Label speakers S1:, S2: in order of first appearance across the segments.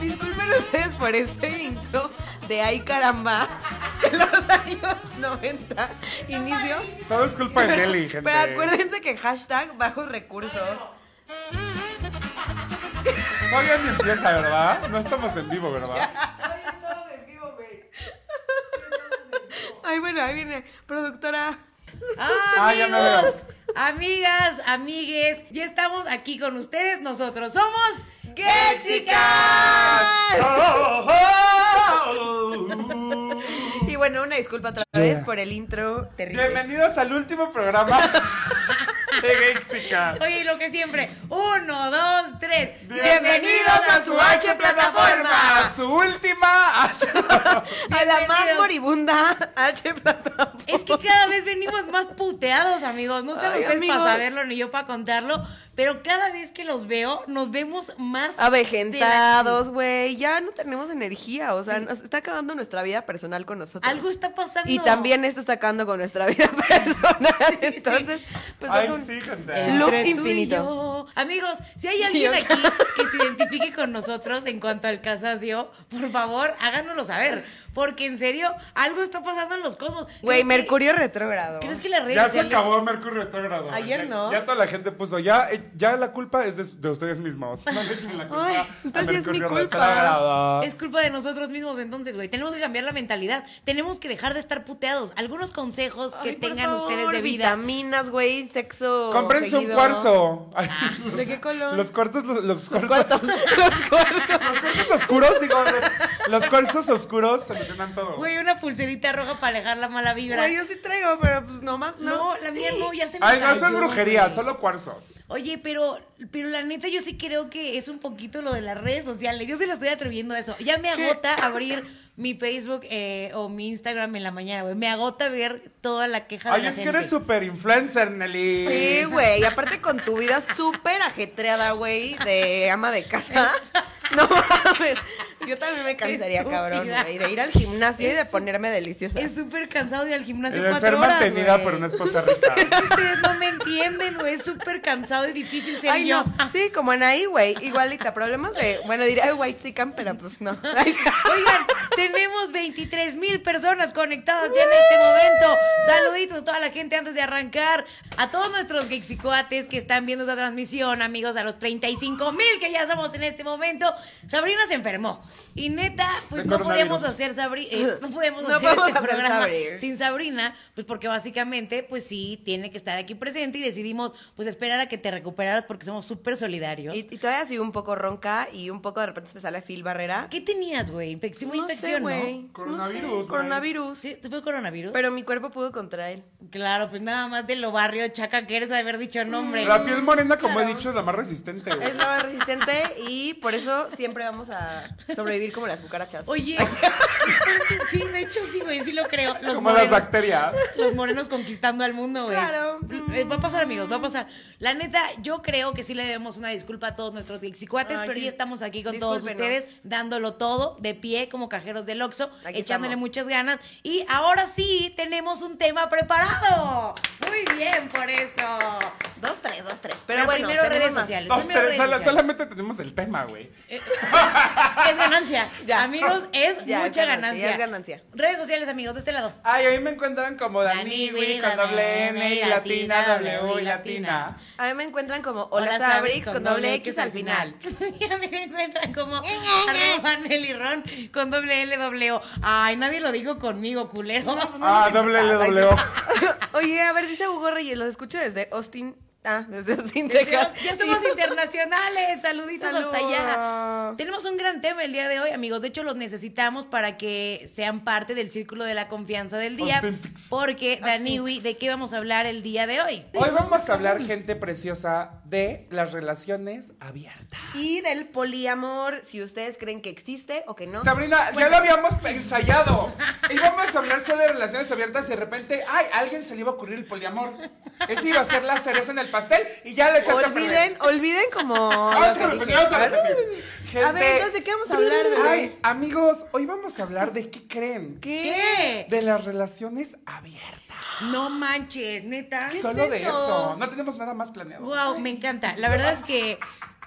S1: Disculpen ustedes por ese intro de Ay Caramba de los años 90, inicio.
S2: Todo es culpa
S3: Pues,
S2: de Nelly, gente.
S1: Pero acuérdense que hashtag bajos recursos.
S2: Todavía ni empieza, ¿verdad? No estamos en vivo, ¿verdad?
S1: Ay, bueno, ahí viene. Productora.
S2: Ah, ya me veo.
S3: Amigos, amigas, amigues, ya estamos aquí con ustedes. Nosotros somos
S1: ¡Quéxicas!
S2: Oh, oh, oh.
S1: Y bueno, una disculpa otra vez por el intro terrible.
S2: Bienvenidos al último programa de Gexica.
S3: Oye, y lo que siempre. Uno, dos, tres.
S1: Bienvenidos a su H plataforma.
S2: A su última H.
S1: A la más
S3: Bienvenidos.
S1: moribunda H plataforma.
S3: Es que cada vez venimos más puteados, amigos. No están
S1: Ay,
S3: ustedes
S1: amigos.
S3: para saberlo ni yo para contarlo, pero cada vez que los veo, nos vemos más de
S1: Avejentados, güey. Ya no tenemos energía. O sea, nos está acabando nuestra vida personal con
S3: la-
S1: nosotros.
S3: Algo está pasando.
S1: Y también esto está acabando con nuestra vida personal. Entonces, pues
S2: Ay,
S1: es un.
S2: sí, gente.
S1: Look
S3: Entre tú y
S1: infinito.
S3: yo. Amigos, si hay alguien
S1: Yo-
S3: aquí que se identifique con nosotros en cuanto al cansancio, por favor, háganoslo saber. Porque en serio, algo está pasando en los cosmos.
S1: Güey,
S3: ¿Crees que-
S1: Mercurio retrógrado.
S3: ¿Crees que las redes
S2: Ya se
S3: sociales-
S2: acabó Mercurio retrógrado.
S1: Ayer
S2: Ya-
S1: no.
S2: Ya toda la gente puso, ya, eh, ya la culpa es de, de ustedes mismos. No le echen la culpa.
S1: Ay,
S2: a
S1: entonces es mi
S2: Mercurio
S1: culpa.
S2: retrógrado.
S3: Es culpa de nosotros mismos entonces, güey. Tenemos que cambiar la mentalidad. Tenemos que dejar de estar puteados. Algunos consejos que
S1: Ay, por
S3: tengan
S1: favor,
S3: ustedes de vida.
S1: Vitaminas, güey, sexo.
S2: Cómprense un
S1: seguido.
S2: cuarzo. Ay,
S3: Ah.
S1: ¿De qué color?
S2: Los cuartos, los, los cuartos.
S1: cuartos. Los cuartos.
S2: Los cuarzos oscuros, digo, los, los cuarzos oscuros solucionan todo.
S3: Güey, una pulserita roja para alejar la mala vibra.
S1: Güey, yo sí traigo, pero pues nomás no.
S3: no, la mía no, ya se me
S2: Ay, no, eso es
S3: cayó,
S2: brujería,
S3: güey.
S2: solo cuarzos.
S3: Oye, pero, pero la neta yo sí creo que es un poquito lo de las redes sociales. Yo se lo estoy atreviendo a eso. Ya me agota abrir mi Facebook eh, o mi Instagram en la mañana, güey. Me agota ver toda la queja de
S2: Ay,
S3: la
S2: es que
S3: gente.
S2: eres super influencer, Nelly.
S1: Sí, güey. Y aparte con tu vida súper ajetreada, güey, de ama de casa. No mames. Yo también me cansaría,
S3: Estúpida.
S1: cabrón, güey, de ir al gimnasio y de
S3: Es-
S1: ponerme deliciosa.
S3: Es súper cansado de ir al
S2: Y
S3: gimnasio
S2: de
S3: cuatro
S2: Eh, ser
S3: horas,
S2: mantenida
S3: güey.
S2: por una esposa rica.
S3: Es que ustedes no me entienden, güey. Es súper cansado y difícil ser
S1: Ay,
S3: yo.
S1: no. Sí, como en ahí, güey. Igualita. Problemas de. Bueno, diría, ay, white chican, pero pues no. Ay,
S3: Oigan, tenemos 23 mil personas conectadas ya en este momento. Saluditos a toda la gente antes de arrancar. A todos nuestros gexicuates que están viendo esta transmisión, amigos, a los 35 mil que ya somos en este momento. Sabrina se enfermó. Y neta, pues
S2: De
S3: no
S2: coronavirus.
S3: podemos hacer Sabri- eh, no podemos
S1: No
S3: hacer
S1: podemos
S3: este
S1: hacer
S3: programa
S1: Sabri.
S3: sin Sabrina, pues porque básicamente, pues sí, tiene que estar aquí presente y decidimos, pues esperar a que te recuperaras porque somos súper solidarios.
S1: Y, y todavía sigo un poco ronca y un poco de repente se me sale Phil Barrera.
S3: ¿Qué tenías, güey? Infección,
S1: No sé,
S3: infección, ¿no?
S1: güey. No
S2: Coronavirus,
S1: sé,
S2: güey.
S1: Coronavirus.
S3: ¿Sí? ¿Te fue coronavirus?
S1: Pero mi cuerpo pudo contra él.
S3: Claro, pues nada más de lo barrio chaca que eres de haber dicho nombre.
S1: Mm.
S2: La piel morena, como he dicho, es la más resistente, güey.
S1: Es la más resistente y por eso siempre vamos a sobrevivir como las cucarachas.
S3: Oye, sí, de hecho sí, güey, sí lo creo. Los
S2: Como las
S3: morenos,
S2: bacterias.
S3: los morenos conquistando al mundo, güey.
S1: Claro.
S3: Eh, Va a pasar, amigos, va a pasar. La neta, yo creo que sí le debemos una disculpa a todos nuestros dixicuates,
S1: Ay,
S3: pero
S1: sí.
S3: ya estamos aquí con todos
S1: Discúlpenos.
S3: ustedes, dándolo todo, de pie, como cajeros del Oxxo,
S1: Aquí
S3: echándole
S1: estamos.
S3: muchas ganas. Y ahora sí, tenemos un tema preparado. Muy bien, por eso.
S1: Dos, tres, dos, tres. Pero,
S3: Pero
S1: bueno,
S3: primero
S1: tenemos
S3: redes
S1: más.
S3: sociales.
S2: Dos,
S3: primero
S2: tres,
S3: redes
S2: sola-
S3: sociales.
S2: solamente tenemos el tema, güey.
S3: Eh, es ganancia.
S1: Ya.
S3: Amigos, es
S1: Ya,
S3: mucha
S1: es ganancia,
S3: ganancia.
S1: ya es ganancia.
S3: Redes sociales, amigos, de este lado.
S2: Ay, a mí me encuentran como
S3: Dani,
S2: Dani, güey, con
S3: Dani,
S2: doble N y
S3: Dani,
S2: latina,
S3: latina,
S2: W y
S3: latina.
S2: latina.
S1: A mí me encuentran como Hola, Sabrix con doble X, al final.
S3: y a mí me encuentran como arroba Nelly Ron con doble L doble O. Ay, nadie lo dijo conmigo, culero.
S2: Ah, doble L, doble O.
S1: Oye, a ver, dice Hugo Reyes, los escucho desde Austin. Ah, desde Austin, Texas.
S3: Ya somos internacionales. Saluditos
S1: Saludos.
S3: hasta allá. Tenemos un gran tema el día de hoy, amigos. De hecho, los necesitamos para que sean parte del círculo de la confianza del día.
S2: Auténticos.
S3: Porque, Daniwi, ¿de qué vamos a hablar el día de hoy?
S2: Hoy vamos a hablar, gente preciosa, de las relaciones abiertas.
S1: Y del poliamor, si ustedes creen que existe o que no.
S2: Sabrina, ya lo habíamos ensayado. Íbamos a hablar solo de relaciones abiertas y de repente, ay, a alguien se le iba a ocurrir el poliamor. Ese iba a ser la cereza en el pastel y ya le echaste a perder.
S1: Olviden, olviden como.
S2: Vamos
S1: lo que
S2: a repetir,
S1: dije.
S2: vamos a repetir.
S1: A ver, entonces, ¿de qué vamos a hablar?
S2: Ay, amigos, hoy vamos a hablar de qué creen.
S3: ¿Qué?
S2: De las relaciones abiertas.
S3: No manches, neta.
S2: Solo de
S1: eso?
S2: eso. No tenemos nada más planeado.
S3: Wow, me encanta. La verdad es que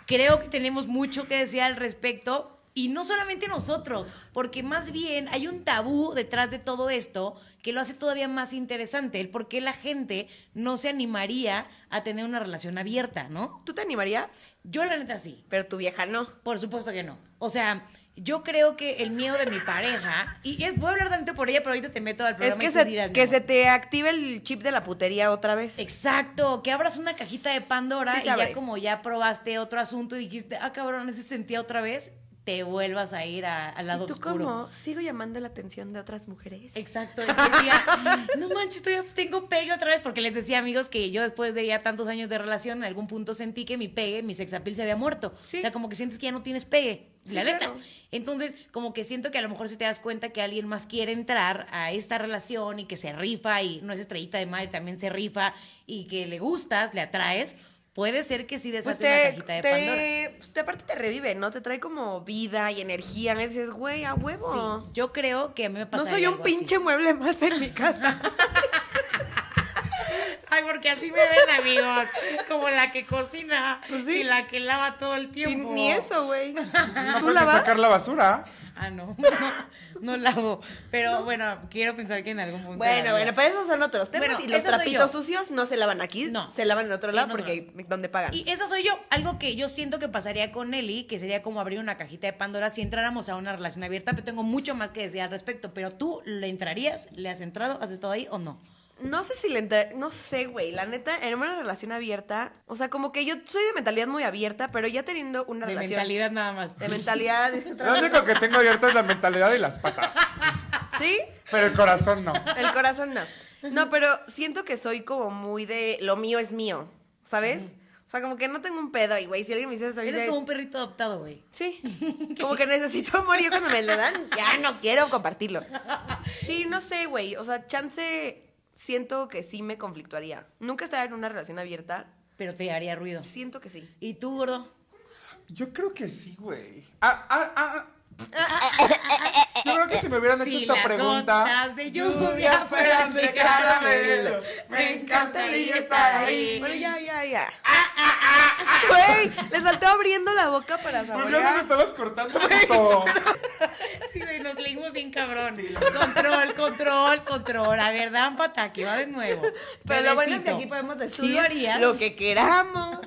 S3: creo que tenemos mucho que decir al respecto. Y no solamente nosotros, porque más bien hay un tabú detrás de todo esto que lo hace todavía más interesante, el por qué la gente no se animaría a tener una relación abierta, ¿no?
S1: ¿Tú te animarías?
S3: Yo la neta sí,
S1: Pero tu vieja no.
S3: por supuesto que no. O sea, yo creo que el miedo de mi pareja, y es, voy a hablar tanto por ella, pero ahorita te meto al
S1: Es
S3: programa
S1: que
S3: y tú
S1: se,
S3: dirás,
S1: que
S3: no.
S1: se te active el chip de la putería otra vez.
S3: Exacto, que abras una cajita de Pandora
S1: Sí
S3: y ya
S1: sabré.
S3: como ya probaste otro asunto y dijiste, ah, cabrón, ese sentía otra vez, te vuelvas a ir a- al lado
S1: ¿Y tú
S3: oscuro.
S1: cómo? Sigo llamando la atención de otras mujeres.
S3: Exacto, y decía, no manches, todavía tengo pegue otra vez, porque les decía amigos que yo después de ya tantos años de relación, en algún punto sentí que mi pegue, mi sexapil se había muerto.
S1: Sí.
S3: O sea, como que sientes que ya no tienes pegue,
S1: Sí,
S3: la neta.
S1: claro.
S3: Entonces, como que siento que a lo mejor si te das cuenta que alguien más quiere entrar a esta relación y que se rifa y no es estrellita de mar, y también se rifa y que le gustas, le atraes, puede ser que sí
S1: Pues
S3: desates la
S1: te,
S3: cajita de Pandora.
S1: te, pues te- aparte te revive, ¿no? Te trae como vida y energía. Me dices, güey, a huevo.
S3: Sí, yo creo que a mí me
S1: no
S3: pasaría
S1: soy un
S3: algo así.
S1: pinche mueble más en mi casa.
S3: Ay, porque así me ven, amigos. Como la que cocina
S1: Pues sí.
S3: y la que lava todo el
S1: Y
S3: tiempo.
S1: ni eso, güey.
S2: No
S1: ¿Tú
S2: puedes
S1: la vas?
S2: sacar la basura.
S3: Ah, no, no, no lavo. Pero bueno, quiero pensar que en algún punto.
S1: Bueno,
S3: la
S1: bueno,
S3: lavo.
S1: pero esos son otros temas.
S3: Bueno,
S1: y los
S3: esa soy
S1: trapitos
S3: yo.
S1: sucios no se lavan aquí,
S3: No.
S1: se lavan en otro
S3: En
S1: lado
S3: otro
S1: porque donde pagan.
S3: Y esa soy yo. Algo que yo siento que pasaría con Eli, que sería como abrir una cajita de Pandora si entráramos a una relación abierta, pero tengo mucho más que decir al respecto. Pero tú le entrarías, le has entrado, has estado ahí o no.
S1: No sé si le entra... No sé, güey. La neta, en una relación abierta... O sea, como que yo soy de mentalidad muy abierta, pero ya teniendo una
S3: de
S1: relación...
S3: mentalidad nada más.
S1: De mentalidad...
S2: Lo único que tengo abierto es la mentalidad y las patas.
S1: ¿Sí?
S2: Pero el corazón no.
S1: El corazón no. No, pero siento que soy como muy de... Lo mío es mío, ¿sabes? O sea, como que no tengo un pedo. Y, güey, si alguien me dice eso...
S3: Eres
S1: ahorita-
S3: como un perrito adoptado, güey.
S1: Sí. Como que necesito amor y yo cuando me lo dan, ya no quiero compartirlo. Sí, no sé, güey. O sea, chance siento que sí me conflictuaría. Nunca estaba en una relación abierta.
S3: Pero te haría ruido.
S1: Siento que sí.
S3: ¿Y tú, gordo?
S2: Yo creo que sí, güey. Ah, ah, ah. Yo creo que si me hubieran hecho
S3: Si
S2: esta
S3: las
S2: pregunta.
S3: gotas de lluvia fueran de caramelo, me encantaría estar ahí.
S2: Pues
S1: Bueno, ya, ya, ya. Güey, le saltó abriendo la boca para
S2: Pues ya nos
S1: saborear.
S2: estabas cortando puto.
S3: Sí, güey, nos leímos bien cabrón.
S2: Sí.
S3: Control, control, control. A ver, dan pata, que va de nuevo.
S1: Pero lo bueno es que
S3: Bebecito.
S1: aquí podemos
S3: ¿Tú
S1: decir
S3: lo harías?
S1: lo que queramos.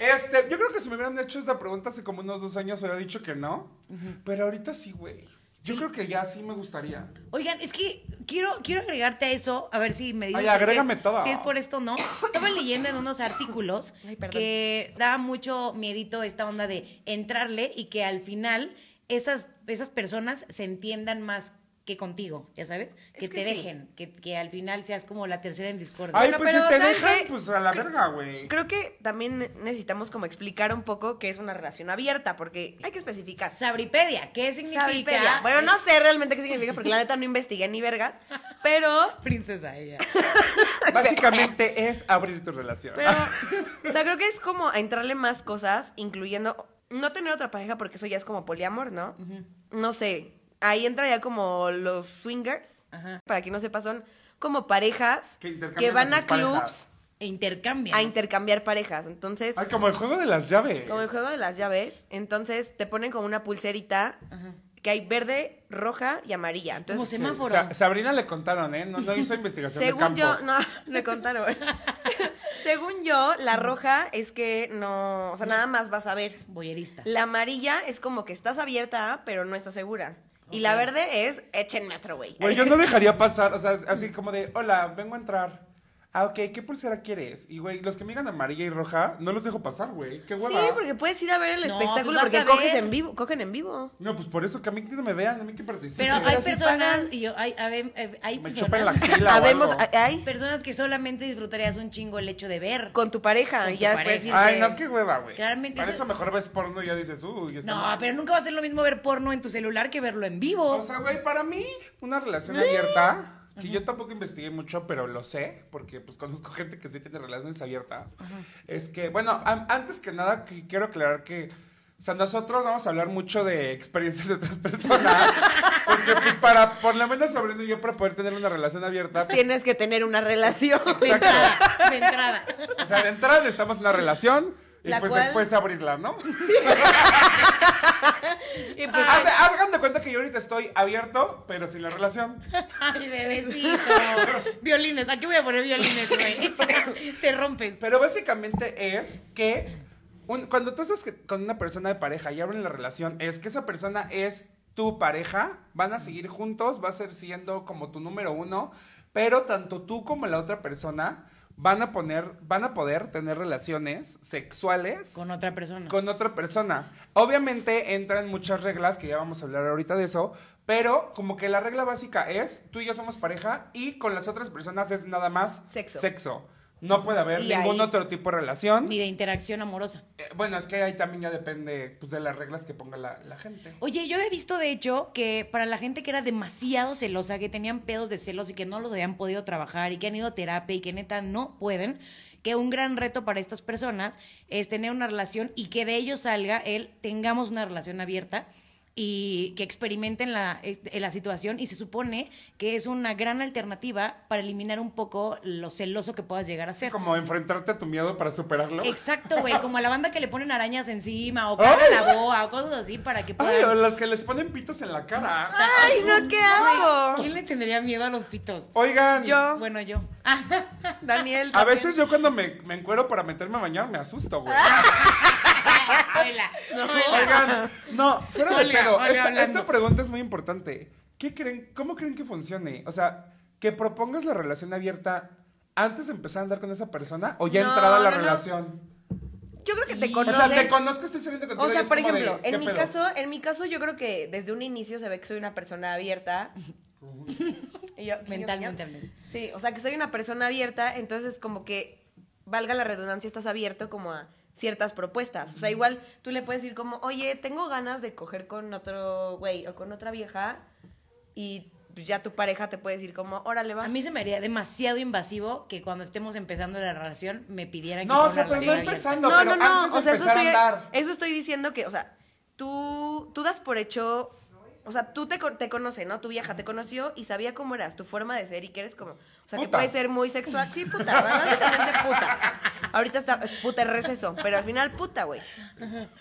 S2: Este, yo creo que si me hubieran hecho esta pregunta hace como unos dos años hubiera dicho que no. Pero ahorita sí, güey. Yo creo que ya sí me gustaría.
S3: Oigan, es que quiero, quiero agregarte a eso, a ver si me dices
S2: Ay, agrégame
S3: si, es,
S2: todo.
S3: si es por esto o no. Estaba leyendo en unos artículos
S1: Ay, perdón.
S3: que daba mucho miedito esta onda de entrarle y que al final esas, esas personas se entiendan más que contigo, ya sabes,
S1: Es que
S3: que, te
S1: sí.
S3: dejen, que, que al final seas como la tercera en discordia.
S2: Ay,
S1: Bueno,
S2: pues
S1: pero
S2: si te
S1: ¿sabes
S2: dejan,
S1: qué?
S2: pues a la verga, güey.
S1: Creo que también necesitamos como explicar un poco qué es una relación abierta, porque hay que especificar.
S3: Sabripedia, ¿qué significa?
S1: Sabipedia. Bueno, no sé realmente qué significa porque la neta no investigué ni vergas, pero
S3: Princesa ella.
S2: Básicamente es abrir tu relación.
S1: pero o sea, creo que es como entrarle más cosas incluyendo no tener otra pareja porque eso ya es como poliamor, ¿no? No sé. Ahí entraría como los swingers.
S3: Ajá.
S1: Para quien no sepa son como parejas
S2: Que intercambian
S1: que van
S2: a
S1: a
S2: sus parejas.
S1: clubs
S3: E intercambia.
S1: a intercambiar parejas. Entonces,
S2: Ay, como el juego de las llaves.
S1: como el juego de las llaves, entonces te ponen como una pulserita que hay verde, roja y amarilla. Entonces,
S3: Como semáforo.
S2: Sa- Sabrina le contaron, ¿eh? No, no hizo investigación
S1: Según
S2: de campo.
S1: yo, no, me contaron. Según yo, la roja es que no, o sea, nada más vas a ver.
S3: Boyerista.
S1: La amarilla es como que estás abierta, pero no estás segura. Y la
S3: Ok.
S1: verde es échenme otro güey.
S2: Güey, yo no dejaría pasar, o sea, así como de, hola, vengo a entrar. Ah, ok, ¿qué pulsera quieres? Y, güey, los que me digan amarilla y roja, no los dejo pasar, güey. Qué
S1: Sí,
S2: hueva.
S1: porque puedes ir a ver el
S3: No,
S1: espectáculo
S3: pues vas a
S1: porque
S3: ver.
S1: coges en vivo, cogen en vivo.
S2: No, pues por eso, que a mí que no me vean, a mí que participen.
S3: Pero
S1: pero
S3: hay
S1: sí
S3: personas,
S1: pagan.
S3: y yo, hay, a ver, eh, hay
S2: Me chupan la
S3: personas,
S2: axila o
S1: Habemos,
S2: algo.
S1: Ah, ay,
S3: personas que solamente disfrutarías un chingo el hecho de ver.
S1: con tu pareja
S3: Con
S1: y
S3: tu
S1: ya
S3: pareja.
S1: puedes ir.
S2: Ay, no, qué hueva, güey.
S3: Claramente
S2: Para
S3: eso-
S2: eso... mejor ves porno y ya dices, uy, está
S3: No,
S2: mal.
S3: pero nunca va a ser lo mismo ver porno en tu celular que verlo en vivo.
S2: O sea, güey, para mí, una relación abierta, que yo tampoco investigué mucho, pero lo sé, porque pues conozco gente que sí tiene relaciones abiertas, es que, bueno, an- antes que nada, que- quiero aclarar que, o sea, nosotros vamos a hablar mucho de experiencias de otras personas, porque pues para, por lo menos Sabrina y yo, para poder tener una relación abierta, pues,
S1: Tienes que tener una relación.
S3: de entrada, de entrada.
S2: o sea, de entrada necesitamos una relación. Y
S3: La
S2: pues
S3: cual-
S2: después abrirla, ¿no?
S3: Y pues,
S2: Haz- Hagan de cuenta que yo ahorita estoy abierto, pero sin la relación.
S3: Ay, bebecito. Violines. Aquí voy a poner violines, güey. Te rompes.
S2: Pero básicamente es que un- cuando tú estás que- con una persona de pareja y abren la relación, es que esa persona es tu pareja, van a seguir juntos, va a ser siendo como tu número uno, pero tanto tú como la otra persona van a poner, van a poder tener relaciones sexuales
S3: Con otra persona.
S2: con otra persona. Obviamente entran muchas reglas, que ya vamos a hablar ahorita de eso, pero como que la regla básica es, tú y yo somos pareja y con las otras personas es nada más
S1: Sexo.
S2: No puede haber
S1: Y
S2: ningún
S1: ahí-
S2: otro tipo de relación.
S3: Ni de interacción amorosa.
S2: Eh, bueno, es que ahí también ya depende pues, de las reglas que ponga la, la gente.
S3: Oye, yo he visto de hecho que para la gente que era demasiado celosa, que tenían pedos de celos y que no los habían podido trabajar y que han ido a terapia y que neta no pueden, que un gran reto para estas personas es tener una relación y que de ellos salga el tengamos una relación abierta y que experimenten la, eh, la situación y se supone que es una gran alternativa para eliminar un poco lo celoso que puedas llegar a ser.
S2: Como enfrentarte a tu miedo para superarlo.
S3: Exacto, güey, como a la banda que le ponen arañas encima o cortan la boa o cosas así para que
S2: Ay, o
S3: puedan...
S2: las que les ponen pitos en la cara.
S1: ¡Ay, no, qué asco!
S3: ¿Quién le tendría miedo a los pitos?
S2: Oigan,
S1: Yo-
S3: Bueno, yo. Ah,
S1: Daniel.
S2: a
S1: también.
S2: veces yo cuando me, me encuero para meterme a bañar me asusto, güey.
S3: Hola.
S2: Oigan, no, fuera de
S3: Olga,
S2: pedo,
S3: Olga
S2: esta,
S3: hablando.
S2: esta pregunta es muy importante. ¿Qué creen, cómo creen que funcione? O sea, que propongas la relación abierta antes de empezar a andar con esa persona o ya
S1: No,
S2: entrada a la
S1: no, no.
S2: relación.
S1: Yo creo que te
S2: O
S1: conocen.
S2: sea, te conozco, estoy saliendo contigo.
S1: O
S2: y
S1: sea,
S2: es
S1: por
S2: como de,
S1: ejemplo,
S2: ¿qué
S1: en mi
S2: pedo?
S1: caso, en mi caso yo creo que desde un inicio se ve que soy una persona abierta. Y yo-
S3: Mentalmente hablando.
S1: Sí, o sea, que soy una persona abierta, entonces como que valga la redundancia, estás abierto como a ciertas propuestas. O sea, igual tú le puedes decir como, "Oye, tengo ganas de coger con otro güey o con otra vieja." Y pues, ya tu pareja te puede decir como, "Órale, va."
S3: A mí se me haría demasiado invasivo que cuando estemos empezando la relación me pidieran
S2: No,
S3: que
S2: o sea,
S3: ponga
S2: pero
S3: la
S2: no
S3: relación
S2: empezando.
S1: No, no,
S2: pero
S1: no,
S2: antes de
S1: o sea, eso
S2: empezar a
S1: estoy,
S2: andar.
S1: eso estoy diciendo que, o sea, tú, tú das por hecho, o sea, tú te, con- te conoces, ¿no? Tu vieja te conoció y sabía cómo eras, tu forma de ser y que eres como, o sea, que
S2: Puta.
S1: puedes ser muy sexual. Sí, puta, básicamente puta. Ahorita está, es puta es receso, pero al final puta, güey.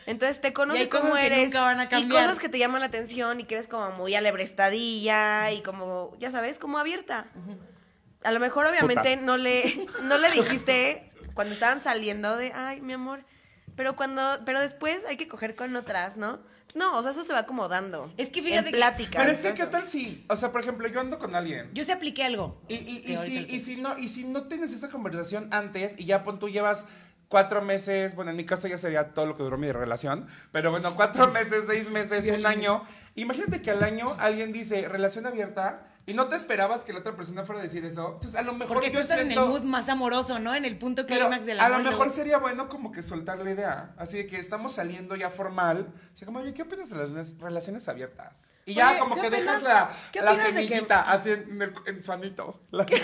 S1: Entonces te
S3: Y
S1: conoce
S3: hay
S1: cómo
S3: cosas que
S1: eres
S3: nunca van a
S1: y
S3: cambiar.
S1: cosas que te llaman la atención y que eres como muy alebrestadilla y como, ya sabes, como abierta. A lo mejor obviamente
S2: Puta.
S1: no le no le dijiste cuando estaban saliendo de, ay, mi amor, pero cuando pero después hay que coger con otras, ¿no? Pues no, o sea, eso se va acomodando.
S3: Es que fíjate
S1: en
S3: que-
S1: plática.
S2: Pero es que, ¿qué
S1: entonces.
S2: tal si, o sea, por ejemplo, yo ando con alguien
S3: Yo se apliqué algo.
S2: Y, y-
S3: Que
S2: y
S3: ahorita
S2: si,
S3: lo
S2: y, si no, y si no tienes esa conversación antes y ya pon tú llevas cuatro meses, bueno, en mi caso ya sería todo lo que duró mi relación, pero bueno, cuatro meses, seis meses, un año. Imagínate que al año alguien dice relación abierta y no te esperabas que la otra persona fuera a decir eso. Entonces, a lo mejor
S3: Porque
S2: yo
S3: tú estás en
S2: siento-
S3: el mood más amoroso, ¿no? En el punto
S2: pero
S3: clímax de la
S2: a lo mejor sería bueno como que soltar la idea, así de que estamos saliendo ya formal, o sea, como, oye, ¿qué opinas de las relaciones- relaciones abiertas? Y ya
S1: Oye,
S2: como
S1: ¿qué
S2: que dejas
S1: opinas-
S2: la,
S1: qué
S2: la
S1: opinas de que-
S2: semillita así en, el- en su anito. La-
S1: ¿Qué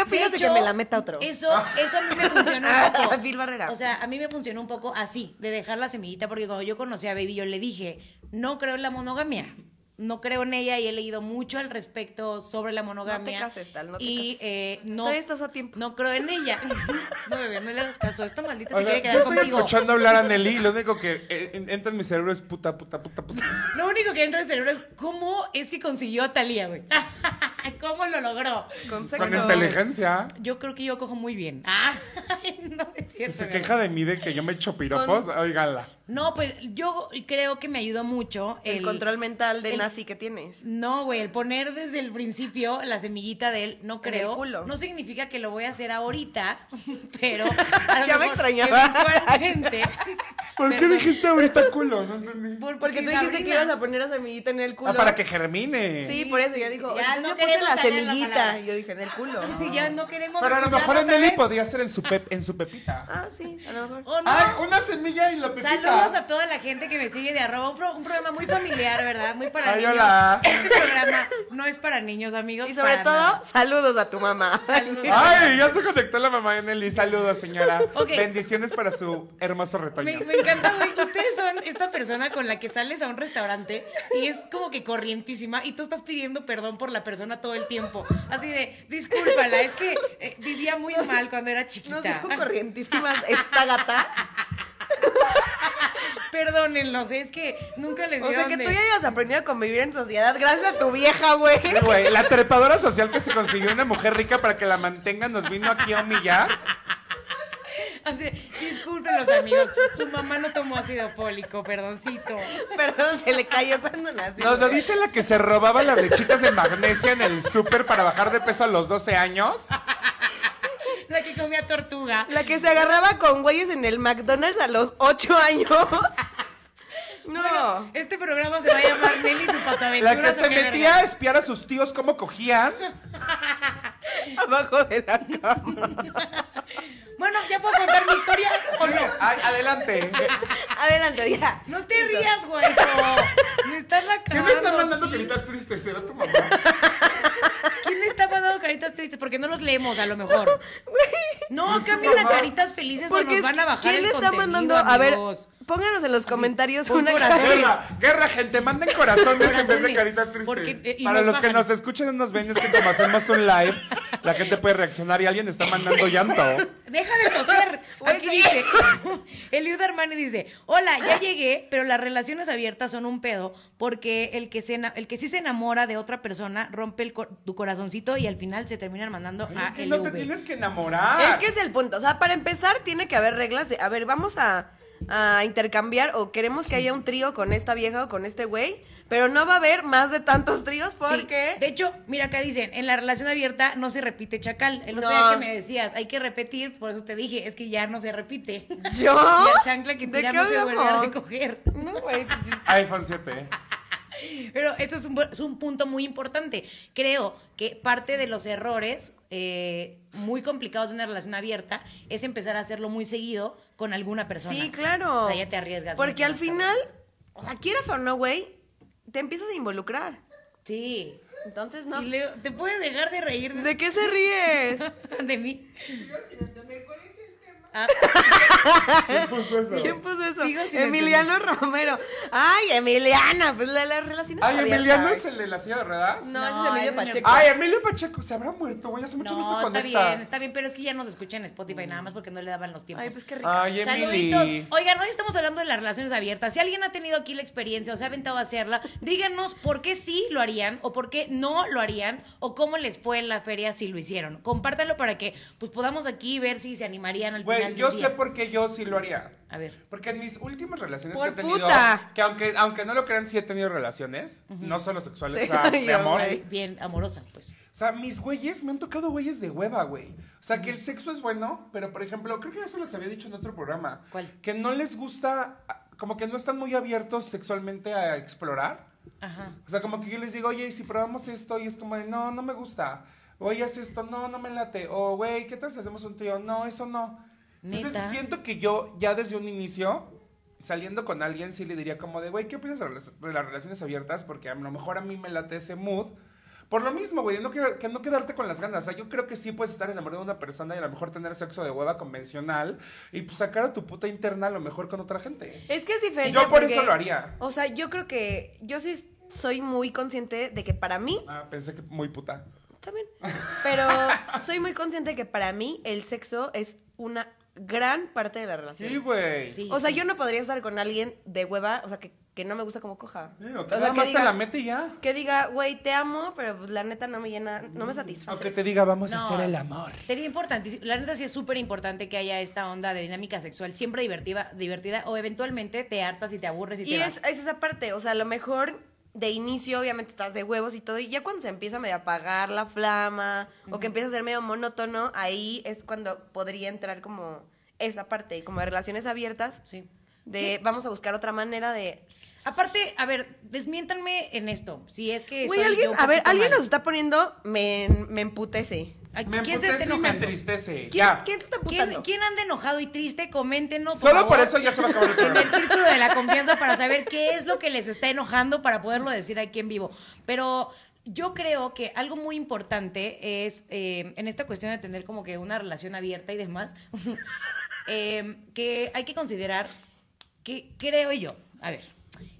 S1: opinas de, que me la meta otro?
S3: Eso, eso a mí me funcionó un poco.
S1: Bill Barrera.
S3: O sea, a mí me funcionó un poco así, de dejar la semillita, porque cuando yo conocí a Baby, yo le dije, no creo en la monogamia. No creo en ella y he leído mucho al respecto sobre la monogamia.
S1: cases, Tal, no te
S3: y
S1: cases.
S3: eh, no,
S1: Todavía estás a tiempo.
S3: no creo en ella. No, bebé, no le hagas caso. Esta maldita
S2: O
S3: se
S2: sea,
S3: quiere
S2: yo
S3: quedar
S2: estoy
S3: contigo.
S2: escuchando hablar a Nelly y lo único que eh, en- entra en mi cerebro es puta, puta, puta, puta.
S3: Lo único que entra en el cerebro es cómo es que consiguió a Talía, güey. ¿Cómo lo logró?
S1: con
S2: Con
S1: sexo.
S2: inteligencia.
S3: Yo creo que yo cojo muy bien. Ah, no es
S2: Y
S3: cierto.
S2: se
S3: bebé.
S2: queja de mí de que yo me echo piropos. Oiganla.
S3: No, pues yo creo que me ayudó mucho
S1: el, control mental de
S3: el-
S1: nazi que tienes.
S3: No, güey, el poner desde el principio la semillita de él, no
S1: En el
S3: creo.
S1: culo.
S3: No significa que lo voy a hacer ahora, pero a lo
S1: Ya me
S3: mejor
S1: extrañaba.
S3: eventualmente,
S2: ¿Por qué
S3: Perdón.
S2: dijiste ahorita culo? No entendí.
S3: por-
S1: Porque tú dijiste que
S3: Sabrina-
S1: ibas a poner a semillita en el culo.
S2: Ah, para que germine.
S1: Sí, por eso ya dijo,
S3: Ya
S1: "Entonces
S3: no
S1: yo puse
S3: queremos
S1: la
S3: saber la
S1: semillita.
S3: palabra.
S1: yo dije, en el culo.
S3: Ya no queremos.
S2: Pero a lo
S3: escucharlo
S2: mejor en
S3: otra
S2: Nelly
S3: vez.
S2: podía ser en su, pep- en su pepita.
S1: Ah, sí, a lo mejor.
S3: ¿O no?
S2: ¡Ay, una semilla y la pepita!
S3: Saludos a toda la gente que me sigue de arroba. Un, pro- un programa muy familiar, ¿verdad? Muy para
S2: Ay,
S3: niños.
S2: hola.
S3: Este programa no es para niños, amigos.
S1: Y sobre
S3: para
S1: todo,
S3: nada.
S1: saludos a tu mamá.
S3: Saludos.
S2: ¡Ay, ya se conectó la mamá de Nelly! Saludos, señora.
S3: Ok.
S2: Bendiciones para su hermoso retoño.
S3: Me, me encanta, güey. Ustedes son esta persona con la que sales a un restaurante y es como que corrientísima y tú estás pidiendo perdón por la persona todo el tiempo. Así de, discúlpala, es que eh, vivía muy mal cuando era
S1: Nos
S3: chiquita.
S1: dijo corrientísimas esta gata.
S3: Perdónenlos, es que nunca les
S1: O sea,
S3: dieron
S1: que
S3: de-
S1: tú ya hayas aprendido a convivir en sociedad gracias a tu vieja, güey.
S2: Güey, la trepadora social que se consiguió una mujer rica para que la mantengan nos vino aquí a humillar.
S3: O sea, discúlpenlos, amigos. Su mamá no tomó ácido fólico, perdoncito.
S1: Perdón, se le cayó cuando nació.
S2: Nos lo dice la que se robaba las lechitas de magnesia en el súper para bajar de peso a los 12 años.
S3: La que comía tortuga.
S1: La que se agarraba con güeyes en el McDonald's a los ocho años. No.
S3: Este programa se va a llamar Nelly y sus pataventuras.
S2: La que
S3: ¿o
S2: se
S3: qué
S2: metía
S3: verga?
S2: a espiar a sus tíos cómo cogían.
S1: Abajo de la cama.
S3: Bueno, ¿ya puedo contar mi historia o no?
S2: Ay, adelante.
S1: Adelante, ya.
S3: No te rías, güey. Me estás la
S2: ¿Qué me están mandando caritas tristes? ¿Será tu mamá?
S3: ¿Quién le está mandando caritas tristes? Porque no los leemos, a lo mejor. No,
S2: Pues,
S3: cambien a
S2: mamá.
S3: caritas felices o
S1: Porque
S3: nos van a bajar
S1: ¿Quién
S3: el
S1: le está
S3: contenido,
S1: mandando? A ver,
S3: amigos.
S1: pónganos en los comentarios
S3: pon
S1: una
S3: corazón.
S1: cara.
S2: Guerra, guerra, gente, manden corazones en vez de
S3: Corazones.
S2: caritas tristes.
S3: Porque, eh, y
S2: Para
S3: nos
S2: los que
S3: bajan.
S2: nos escuchan y nos ven, es que como hacemos un live, la gente puede reaccionar y alguien está mandando llanto.
S3: Deja de toser.
S1: Güey,
S3: Aquí
S1: te-
S3: dice, Eliud Armani dice, hola, ya llegué, pero las relaciones abiertas son un pedo porque el que, se, ena- el que sí se enamora de otra persona rompe el cor- tu corazoncito y al final se terminan mandando
S2: Ay,
S3: a
S2: es que
S3: el
S2: no te
S3: Uber.
S2: tienes que enamorar.
S3: Ah.
S1: Es que es el punto. O sea, para empezar, tiene que haber reglas de. A ver, vamos a, a intercambiar o queremos que haya un trío con esta vieja o con este güey. Pero no va a haber más de tantos tríos
S3: Sí,
S1: porque.
S3: De hecho, mira acá dicen, en la relación abierta no se repite chacal. El otro
S1: No.
S3: día que me decías, hay que repetir, por eso te dije, es que ya no se repite.
S1: ¿Yo?
S3: La chancla que
S1: ¿De
S3: tira
S1: qué
S3: no se vuelve a
S1: hablamos?
S3: recoger.
S1: No, güey. pues sí.
S2: iPhone 7.
S3: Pero eso es un, bu- es un punto muy importante. Creo que parte de los errores eh, muy complicados de una relación abierta es empezar a hacerlo muy seguido con alguna persona.
S1: Sí, claro.
S3: O sea, ya te arriesgas.
S1: Porque
S3: mucho
S1: al
S3: más,
S1: final,
S3: cabrón.
S1: o sea, quieras o no, güey, te empiezas a involucrar.
S3: Sí.
S1: Entonces, no.
S3: Y Leo, ¿te puedes dejar de reír de,
S1: ¿De qué se ríes?
S3: de mí? Ah,
S2: ¿Quién puso eso?
S1: ¿Quién puso eso?
S3: Sigo sin
S1: Emiliano Romero. Ay, Emiliana, pues la, las relaciones
S2: Ay,
S1: abiertas.
S2: Emiliano es el de la silla de ruedas.
S1: No,
S3: No,
S1: ese es Emilio
S3: ese es el-
S1: Pacheco.
S2: Ay, Emilio Pacheco, se habrá muerto, güey. Hace mucho no,
S3: no,
S2: se
S3: está
S2: conecta.
S3: bien, está bien, pero es que ya nos escuchan en Spotify nada más porque no le daban los tiempos.
S1: Ay, pues qué rico.
S2: Ay, Emily.
S3: Saluditos. Oigan, hoy estamos hablando de las relaciones abiertas. Si alguien ha tenido aquí la experiencia o se ha aventado a hacerla, díganos por qué sí lo harían o por qué no lo harían o cómo les fue en la feria si lo hicieron. Compártanlo para que pues podamos aquí ver si se animarían al final
S2: Güey,
S3: del
S2: yo
S3: día.
S2: sé por qué yo sí lo haría.
S3: A ver.
S2: Porque en mis últimas relaciones
S1: Por
S2: que he tenido,
S1: puta.
S2: que aunque, aunque no lo crean, sí he tenido relaciones, no solo sexuales,
S1: Sí,
S2: o sea,
S1: ay,
S2: de amor.
S1: güey.
S3: Bien amorosa, pues.
S2: O sea, mis güeyes me han tocado güeyes de hueva, güey. O sea, que el sexo es bueno, pero por ejemplo, creo que ya se los había dicho en otro programa.
S3: ¿Cuál?
S2: Que no les gusta, como que no están muy abiertos sexualmente a explorar.
S3: Ajá.
S2: O sea, como que yo les digo, oye, ¿y si probamos esto? Y es como de, no, no me gusta. Oye, haz esto, no, no me late. O, güey, ¿qué tal si hacemos un trío? No, eso no.
S3: Neta.
S2: Entonces siento que yo ya desde un inicio, saliendo con alguien, sí le diría como de, güey, ¿qué opinas de las de las relaciones abiertas? Porque a lo mejor a mí me late ese mood. Por lo mismo, güey, no quiero- que no quedarte con las ganas. O sea, yo creo que sí puedes estar enamorado de una persona y a lo mejor tener sexo de hueva convencional y pues sacar a tu puta interna a lo mejor con otra gente.
S1: Es que es diferente.
S2: Yo por
S1: porque-
S2: eso lo haría.
S1: O sea, yo creo que. Yo sí soy muy consciente de que para mí
S2: Ah, pensé que muy puta.
S1: También. Pero soy muy consciente que para mí el sexo es una gran parte de la relación.
S2: Sí, güey.
S3: Sí,
S1: o sea,
S3: sí.
S1: yo no podría estar con alguien de hueva, o sea, que, que no me gusta como coja.
S2: Sí, Eh, o
S1: O
S2: que
S1: sea,
S2: nada
S1: que
S2: más te la
S1: diga,
S2: mete y ya.
S1: que diga, güey, te amo, pero pues, la neta no me llena, no me satisface.
S2: O que te diga, vamos
S3: No.
S2: a hacer el amor.
S3: Sería importante, la neta sí es súper importante que haya esta onda de dinámica sexual siempre divertida, divertida o eventualmente te hartas y te aburres y,
S1: Y
S3: te vas.
S1: es, es esa parte, o sea, a lo mejor de inicio obviamente estás de huevos y todo, y ya cuando se empieza medio a apagar la flama o que empieza a ser medio monótono, ahí es cuando podría entrar como esa parte, como de relaciones abiertas.
S3: Sí.
S1: De vamos a buscar otra manera de.
S3: Aparte, a ver, desmiéntanme en esto. Si es que.
S1: Güey,
S3: estoy yo
S1: alguien,
S3: un
S1: a ver,
S3: poquito
S1: alguien
S3: mal.
S1: nos está poniendo me, me emputece.
S3: Ay,
S2: Me
S3: ¿Quién se
S2: emputece
S3: está
S2: y me
S3: enojando?
S2: entristece.
S1: ¿Quién,
S2: ya.
S1: quién te está
S3: ¿Quién,
S1: emputando?
S3: quién anda enojado y triste? Coméntenos. por
S2: Solo por
S3: favor,
S2: eso ya se va a acabar el
S3: En el
S2: programa.
S3: círculo de la confianza para saber qué es lo que les está enojando para poderlo decir aquí en vivo. Pero yo creo que algo muy importante es eh, en esta cuestión de tener como que una relación abierta y demás, eh, que hay que considerar que creo yo, a ver,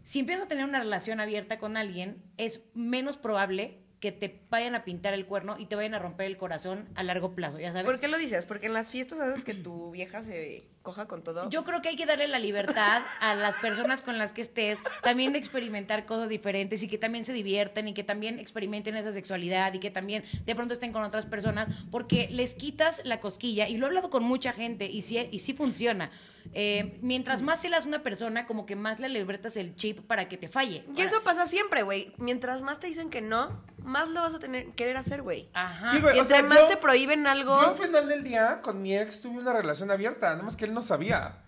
S3: si empiezas a tener una relación abierta con alguien, es menos probable que que te vayan a pintar el cuerno y te vayan a romper el corazón a largo plazo, ya sabes.
S1: ¿Por qué lo dices? Porque en las fiestas haces que tu vieja se coja con todo.
S3: Yo creo que hay que darle la libertad a las personas con las que estés, también de experimentar cosas diferentes y que también se diviertan y que también experimenten esa sexualidad y que también de pronto estén con otras personas, porque les quitas la cosquilla y lo he hablado con mucha gente y sí, y sí funciona. Eh, mientras más celas una persona, como que más le libertas el chip para que te falle.
S1: Y eso pasa siempre, güey. Mientras más te dicen que no, más lo vas a tener querer hacer, güey.
S3: Ajá.
S2: Sí, güey.
S1: Y
S2: o
S1: entre
S2: sea,
S1: más
S2: yo-
S1: te prohíben algo.
S2: Yo al final del día con mi ex tuve una relación abierta, nada más que él no sabía.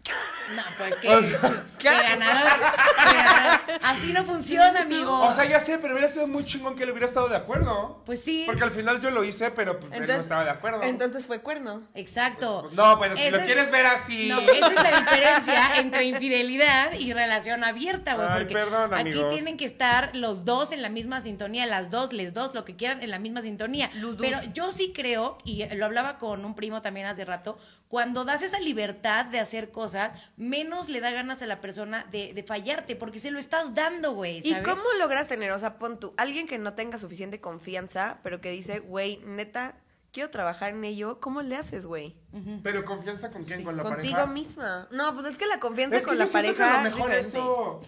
S3: No, pues que,
S2: O sea,
S3: que ganador, que ganador. Así no funciona, amigo.
S2: O sea, ya sé, pero hubiera sido muy chingón que él hubiera estado de acuerdo.
S3: Pues sí.
S2: Porque al final yo lo hice, pero pues, él no estaba de acuerdo.
S1: Entonces fue cuerno.
S3: Exacto.
S2: No, bueno, si
S3: Ese
S2: lo
S3: es-
S2: quieres ver así.
S3: No, esa es la diferencia entre infidelidad y relación abierta, güey.
S2: Ay,
S3: porque
S2: perdón,
S3: aquí
S2: amigos.
S3: tienen que estar los dos en la misma sintonía, las dos, les dos, lo que quieran, en la misma sintonía.
S1: Los dos.
S3: Pero yo sí creo, y lo hablaba con un primo también hace rato, cuando das esa libertad de hacer cosas, menos le da ganas a la persona de, de fallarte, porque se lo estás dando, güey.
S1: ¿Y
S3: ¿sabes?
S1: cómo logras tener, o sea, pon tú, alguien que no tenga suficiente confianza, pero que dice, güey, neta, quiero trabajar en ello, ¿cómo le haces, güey?
S2: Pero confianza con quién, con la
S1: Contigo
S2: pareja.
S1: misma. No, pues es que la confianza
S2: Es que
S1: con
S2: yo
S1: la
S2: siento
S1: pareja.
S2: que a lo
S1: es
S2: mejor
S1: diferente.
S2: eso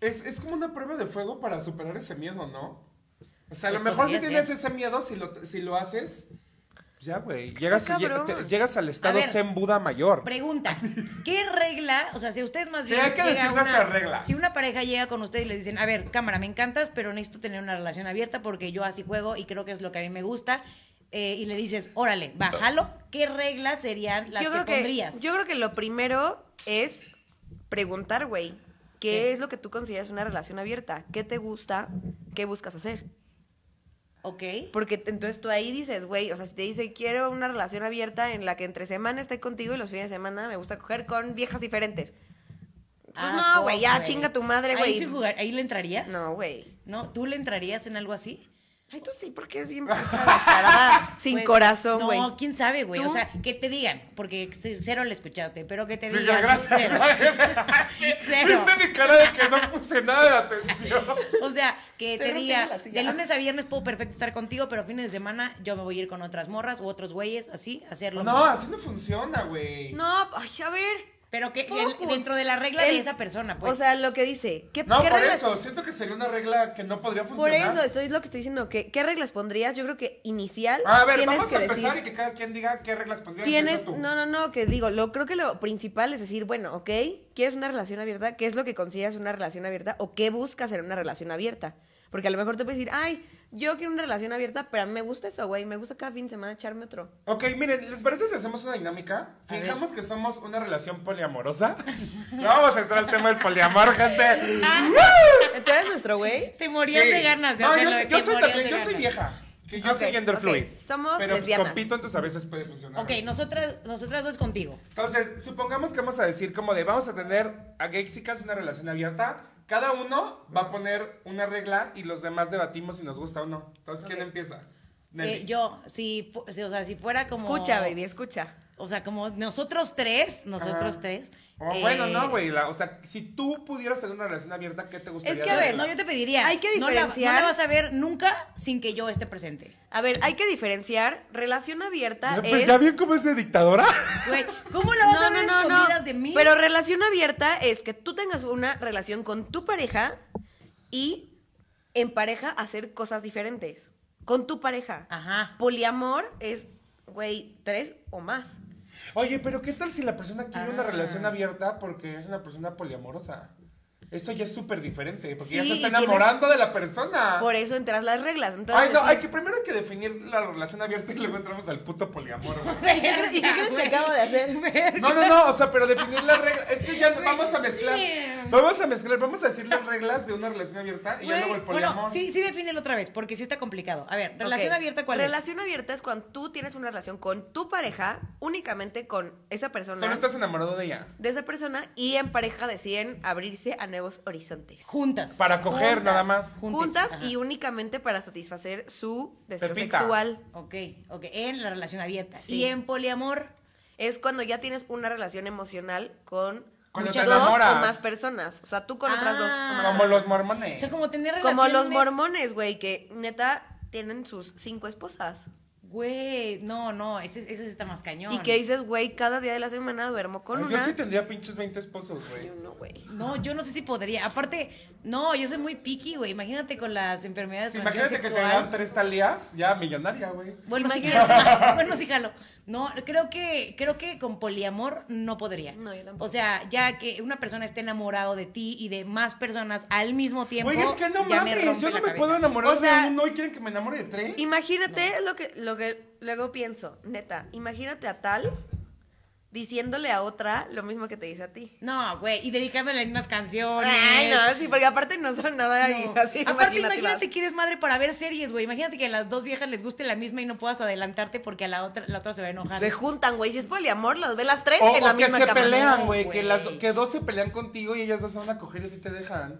S2: es, es como una prueba de fuego para superar ese miedo, ¿no? O sea, a lo
S3: Pues
S2: mejor si
S3: podría
S2: tienes
S3: ser.
S2: ese miedo, si lo, si lo haces, pues ya, güey. Llegas,
S1: está
S2: y lleg-
S1: cabrón.
S2: te- llegas al estado
S3: ver.
S2: Zen Buda mayor.
S3: Pregunta, ¿qué regla? O sea, si ustedes más
S2: Sí,
S3: bien.
S2: hay que
S3: llega
S2: decir
S3: una-
S2: nuestras reglas.
S3: Si una pareja llega con ustedes y les dicen, a ver, cámara, me encantas, pero necesito tener una relación abierta porque yo así juego y creo que es lo que a mí me gusta. eh, y le dices, órale, bájalo. ¿Qué reglas serían las
S1: yo
S3: que
S1: creo que,
S3: pondrías?
S1: Yo creo que lo primero es preguntar, güey, ¿qué
S3: ¿Qué?
S1: es lo que tú consideras una relación abierta? ¿Qué te gusta? ¿Qué buscas hacer?
S3: Ok.
S1: Porque te- entonces tú ahí dices, güey, o sea, si te dice, quiero una relación abierta en la que entre semana esté contigo y los fines de semana me gusta coger con viejas diferentes. Pues
S3: Ah,
S1: no, güey, ya
S3: pues,
S1: chinga tu madre,
S3: Ahí
S1: güey.
S3: sí jugar- ¿Ahí le entrarías?
S1: No, güey.
S3: ¿No? ¿Tú le entrarías en algo así?
S1: Ay, tú sí, porque es bien puta descarada, sin
S3: Pues,
S1: corazón, güey.
S3: No, quién sabe, güey.
S1: ¿Tú?
S3: O sea, que te digan, porque c- cero le escuchaste, pero que te
S2: Sí,
S3: digan.
S2: gracias. Este
S3: cero. Cero.
S2: ¿Viste mi cara de que no puse nada de atención?
S3: O sea, que
S1: Estoy
S3: te
S1: rompiendo
S3: diga,
S1: la silla.
S3: de lunes a viernes puedo perfecto estar contigo, pero fines de semana yo me voy a ir con otras morras u otros güeyes, así, hacerlo.
S2: No, así no funciona, güey.
S1: No, ay, a ver.
S3: Pero que
S1: Focus.
S3: Eh, el- dentro de la regla
S1: El-
S3: de esa persona, pues.
S1: O sea, lo que dice. ¿qué,
S2: No,
S1: qué
S2: por
S1: reglas-
S2: eso, siento que sería una regla que no podría
S1: Por
S2: funcionar.
S1: eso, esto es lo que estoy diciendo. que- ¿Qué reglas pondrías? Yo creo que inicial.
S2: A ver,
S1: tienes
S2: vamos
S1: que
S2: a empezar
S1: decir-
S2: y que cada quien diga qué reglas pondría.
S1: Tienes,
S2: Empieza tú.
S1: no, no, no, que digo, lo creo que lo principal es decir, bueno, ok, ¿quieres una relación abierta? ¿Qué es lo que consideras una relación abierta? ¿O qué buscas en una relación abierta? Porque a lo mejor te puedes decir, ay, yo quiero una relación abierta, pero a mí me gusta eso, güey, me gusta cada fin de semana echarme otro.
S2: Ok, miren, ¿les parece si hacemos una dinámica? Fijamos que somos una relación poliamorosa. no vamos a entrar al tema del poliamor, gente.
S1: ¿Tú eres nuestro güey?
S3: te morías
S2: Sí.
S3: Ah, de ganas de
S2: No,
S3: hacerlo.
S2: yo,
S3: de
S2: soy- yo
S3: que
S2: soy
S3: morías
S2: también,
S3: de
S2: yo soy
S3: ganas.
S2: vieja. Que yo
S1: Ok,
S2: soy gender
S1: ok.
S2: fluid.
S1: Somos
S2: Pero pues,
S1: lesbianas.
S2: compito, entonces a veces puede funcionar.
S3: Ok, nosotras, nosotras dos contigo.
S2: Entonces, supongamos que vamos a decir como de vamos a tener a Gexicans una relación abierta. Cada uno va a poner una regla y los demás debatimos si nos gusta o no. Entonces, ¿quién
S3: Ok.
S2: empieza? Nelly.
S3: Eh, yo, si, fu- si- o sea, si fuera como.
S1: Escucha, baby, escucha.
S3: O sea, como nosotros tres, nosotros
S2: Ajá.
S3: tres.
S2: O
S3: eh,
S2: Oh, bueno, no, güey. la- O sea, si tú pudieras tener una relación abierta, ¿qué te gustaría?
S1: que, a
S3: yo-
S1: ver,
S3: no, yo te pediría.
S1: Hay que
S3: no la-
S1: diferenciar-
S3: no la vas a ver nunca sin que yo esté presente.
S1: A ver, hay que diferenciar, relación abierta
S2: Pues
S1: es...
S2: ya bien cómo es de dictadora.
S3: Güey, ¿cómo la vas a ver escondidas de mí?
S1: Pero relación abierta es que tú tengas una relación con tu pareja y en pareja hacer cosas diferentes. Con tu pareja.
S3: Ajá.
S1: Poliamor es, güey, tres o más.
S2: Oye, pero ¿qué tal si la persona quiere una relación
S1: Ah.
S2: abierta porque es una persona poliamorosa? Eso ya es súper diferente, porque ya
S1: Sí,
S2: se está
S1: y tienes-
S2: enamorando de la persona.
S1: Por eso entras las reglas. Entonces,
S2: Ay, no,
S1: sí.
S2: hay que primero hay que definir la relación abierta y luego entramos al puto poliamor. güey.
S1: ¿Y qué cre- y qué crees que acabo de hacer?
S2: No, no, no, o sea, pero definir las reglas. Es que ya no- vamos a mezclar. Vamos a mezclar, vamos a decir las reglas de una relación abierta y ya
S1: Güey,
S2: luego el poliamor.
S3: Bueno, sí, sí defínelo otra vez, porque sí está complicado. A ver, relación
S1: Ok.
S3: abierta, ¿cuál
S1: Relación abierta es cuando tú tienes una relación con tu pareja, únicamente con esa persona.
S2: Solo estás enamorado de ella.
S1: De esa persona y en pareja deciden abrirse a nuevos horizontes.
S3: es? Juntas.
S2: Para coger
S1: Juntas.
S2: nada más.
S3: Juntes,
S1: Juntas
S3: ajá.
S1: y únicamente para satisfacer su deseo
S2: Pepita.
S1: sexual.
S3: Ok, ok. En la relación abierta.
S1: Sí.
S3: Y en poliamor.
S1: Es cuando ya tienes una relación emocional con
S2: Cuando
S1: dos
S2: te
S1: o
S2: enamoras.
S1: más personas. O sea, tú con otras dos. o
S3: Ah.
S1: más
S2: Como los mormones.
S3: O sea, como tener
S1: Como
S3: relaciones.
S1: los mormones, güey, que neta tienen sus cinco esposas.
S3: Güey, no, no, ese, ese está más cañón.
S1: Y que dices, güey, cada día de la semana duermo con
S2: Ay,
S1: una.
S2: Yo sí tendría pinches 20 esposos, güey.
S1: Yo no, güey.
S3: No, yo no sé si podría. Aparte, no, yo soy muy picky, güey. Imagínate con las enfermedades
S2: Sí,
S3: de
S2: imagínate que te dan tres talías, ya millonaria, güey.
S3: Bueno, sí,
S1: Imagínate.
S3: bueno, sí, jalo. No, creo que, creo que con poliamor no podría.
S1: No, yo tampoco.
S3: O sea, ya que una persona esté enamorado de ti y de más personas al mismo tiempo.
S2: Güey, es que no
S3: ya me
S2: mames,
S3: rompe
S2: yo no
S3: la
S2: me
S3: cabeza.
S2: puedo enamorar
S1: O sea,
S2: de uno y quieren que me enamore de tres.
S1: Imagínate lo que lo que luego pienso, neta, imagínate a tal diciéndole a otra lo mismo que te dice a ti.
S3: No, güey, y dedicándole las mismas canciones.
S1: Ay, no, sí, porque aparte no son nada
S3: No.
S1: así.
S3: Aparte,
S1: imaginativas.
S3: imagínate que eres madre para ver series, güey. Imagínate que a las dos viejas les guste la misma y no puedas adelantarte porque a la otra, la otra se va a enojar.
S1: se juntan, güey, si es poliamor, los ve las tres
S2: O,
S1: en la
S2: o que
S1: misma
S2: se
S1: cama.
S2: pelean, güey,
S3: No,
S2: que,
S3: güey.
S2: las, que dos se pelean contigo y ellas dos se van a coger y a ti te dejan.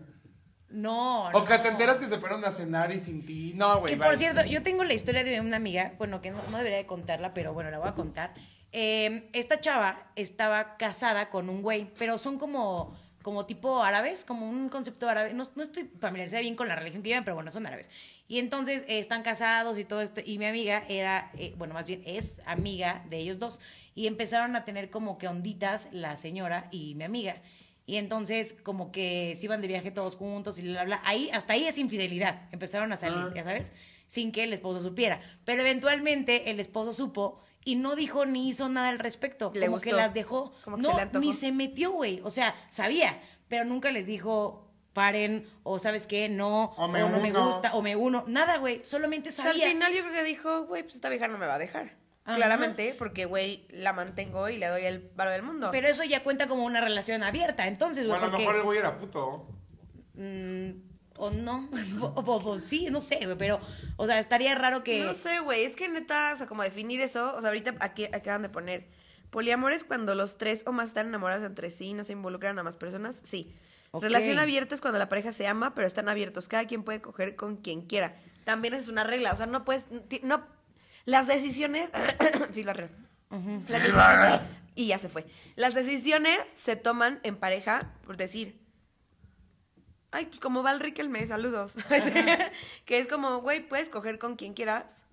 S3: No,
S2: O que
S3: no.
S2: te enteras que se fueron a cenar y sin ti. No, güey.
S3: Que por
S2: bye.
S3: cierto, yo tengo la historia de una amiga, bueno, que no, no debería de contarla, pero bueno, la voy a contar. Eh, esta chava estaba casada con un güey, pero son como, como tipo árabes, como un concepto árabe. No, no estoy familiarizada bien con la religión que llevan, pero bueno, son árabes. Y entonces eh, están casados y todo esto. Y mi amiga era, eh, bueno, más bien es amiga de ellos dos. Y empezaron a tener como que onditas la señora y mi amiga. Y entonces, como que se iban de viaje todos juntos y bla, bla, bla. Ahí, hasta ahí es infidelidad. Empezaron a salir, ya sabes, sin que el esposo supiera. Pero eventualmente el esposo supo y no dijo ni hizo nada al respecto.
S1: Le
S3: como que
S1: gustó.
S3: las dejó.
S1: Como que
S3: no,
S1: se le antojó.
S3: ni se metió, güey. O sea, sabía, pero nunca les dijo paren o sabes qué, no,
S2: O me
S3: no me
S2: uno.
S3: gusta, o me uno. Nada, güey. Solamente
S1: O sea,
S3: sabía.
S1: al final yo creo que dijo, güey, pues esta vieja no me va a dejar.
S3: Ajá.
S1: Claramente, porque, güey, la mantengo y le doy el varo del mundo.
S3: Pero eso ya cuenta como una relación abierta. Entonces,
S2: O
S3: güey,
S2: a lo
S3: porque...
S2: mejor el güey era puto.
S3: Mm, o no, o, o- o sí, no sé, güey, pero, o sea, estaría raro que...
S1: No sé, güey, es que neta, o sea, como definir eso, o sea, ahorita aquí acaban de poner, poliamor es cuando los tres o más están enamorados entre sí y no se involucran a más personas, sí.
S3: Ok.
S1: Relación abierta es cuando la pareja se ama, pero están abiertos, cada quien puede coger con quien quiera. También esa es una regla, o sea, no puedes, ti- no, las decisiones, filarre. Las decisiones, y ya se fue. Las decisiones se toman en pareja, por decir, Ay, pues como va el Riquelme, saludos. que es como, güey, puedes coger con quien quieras,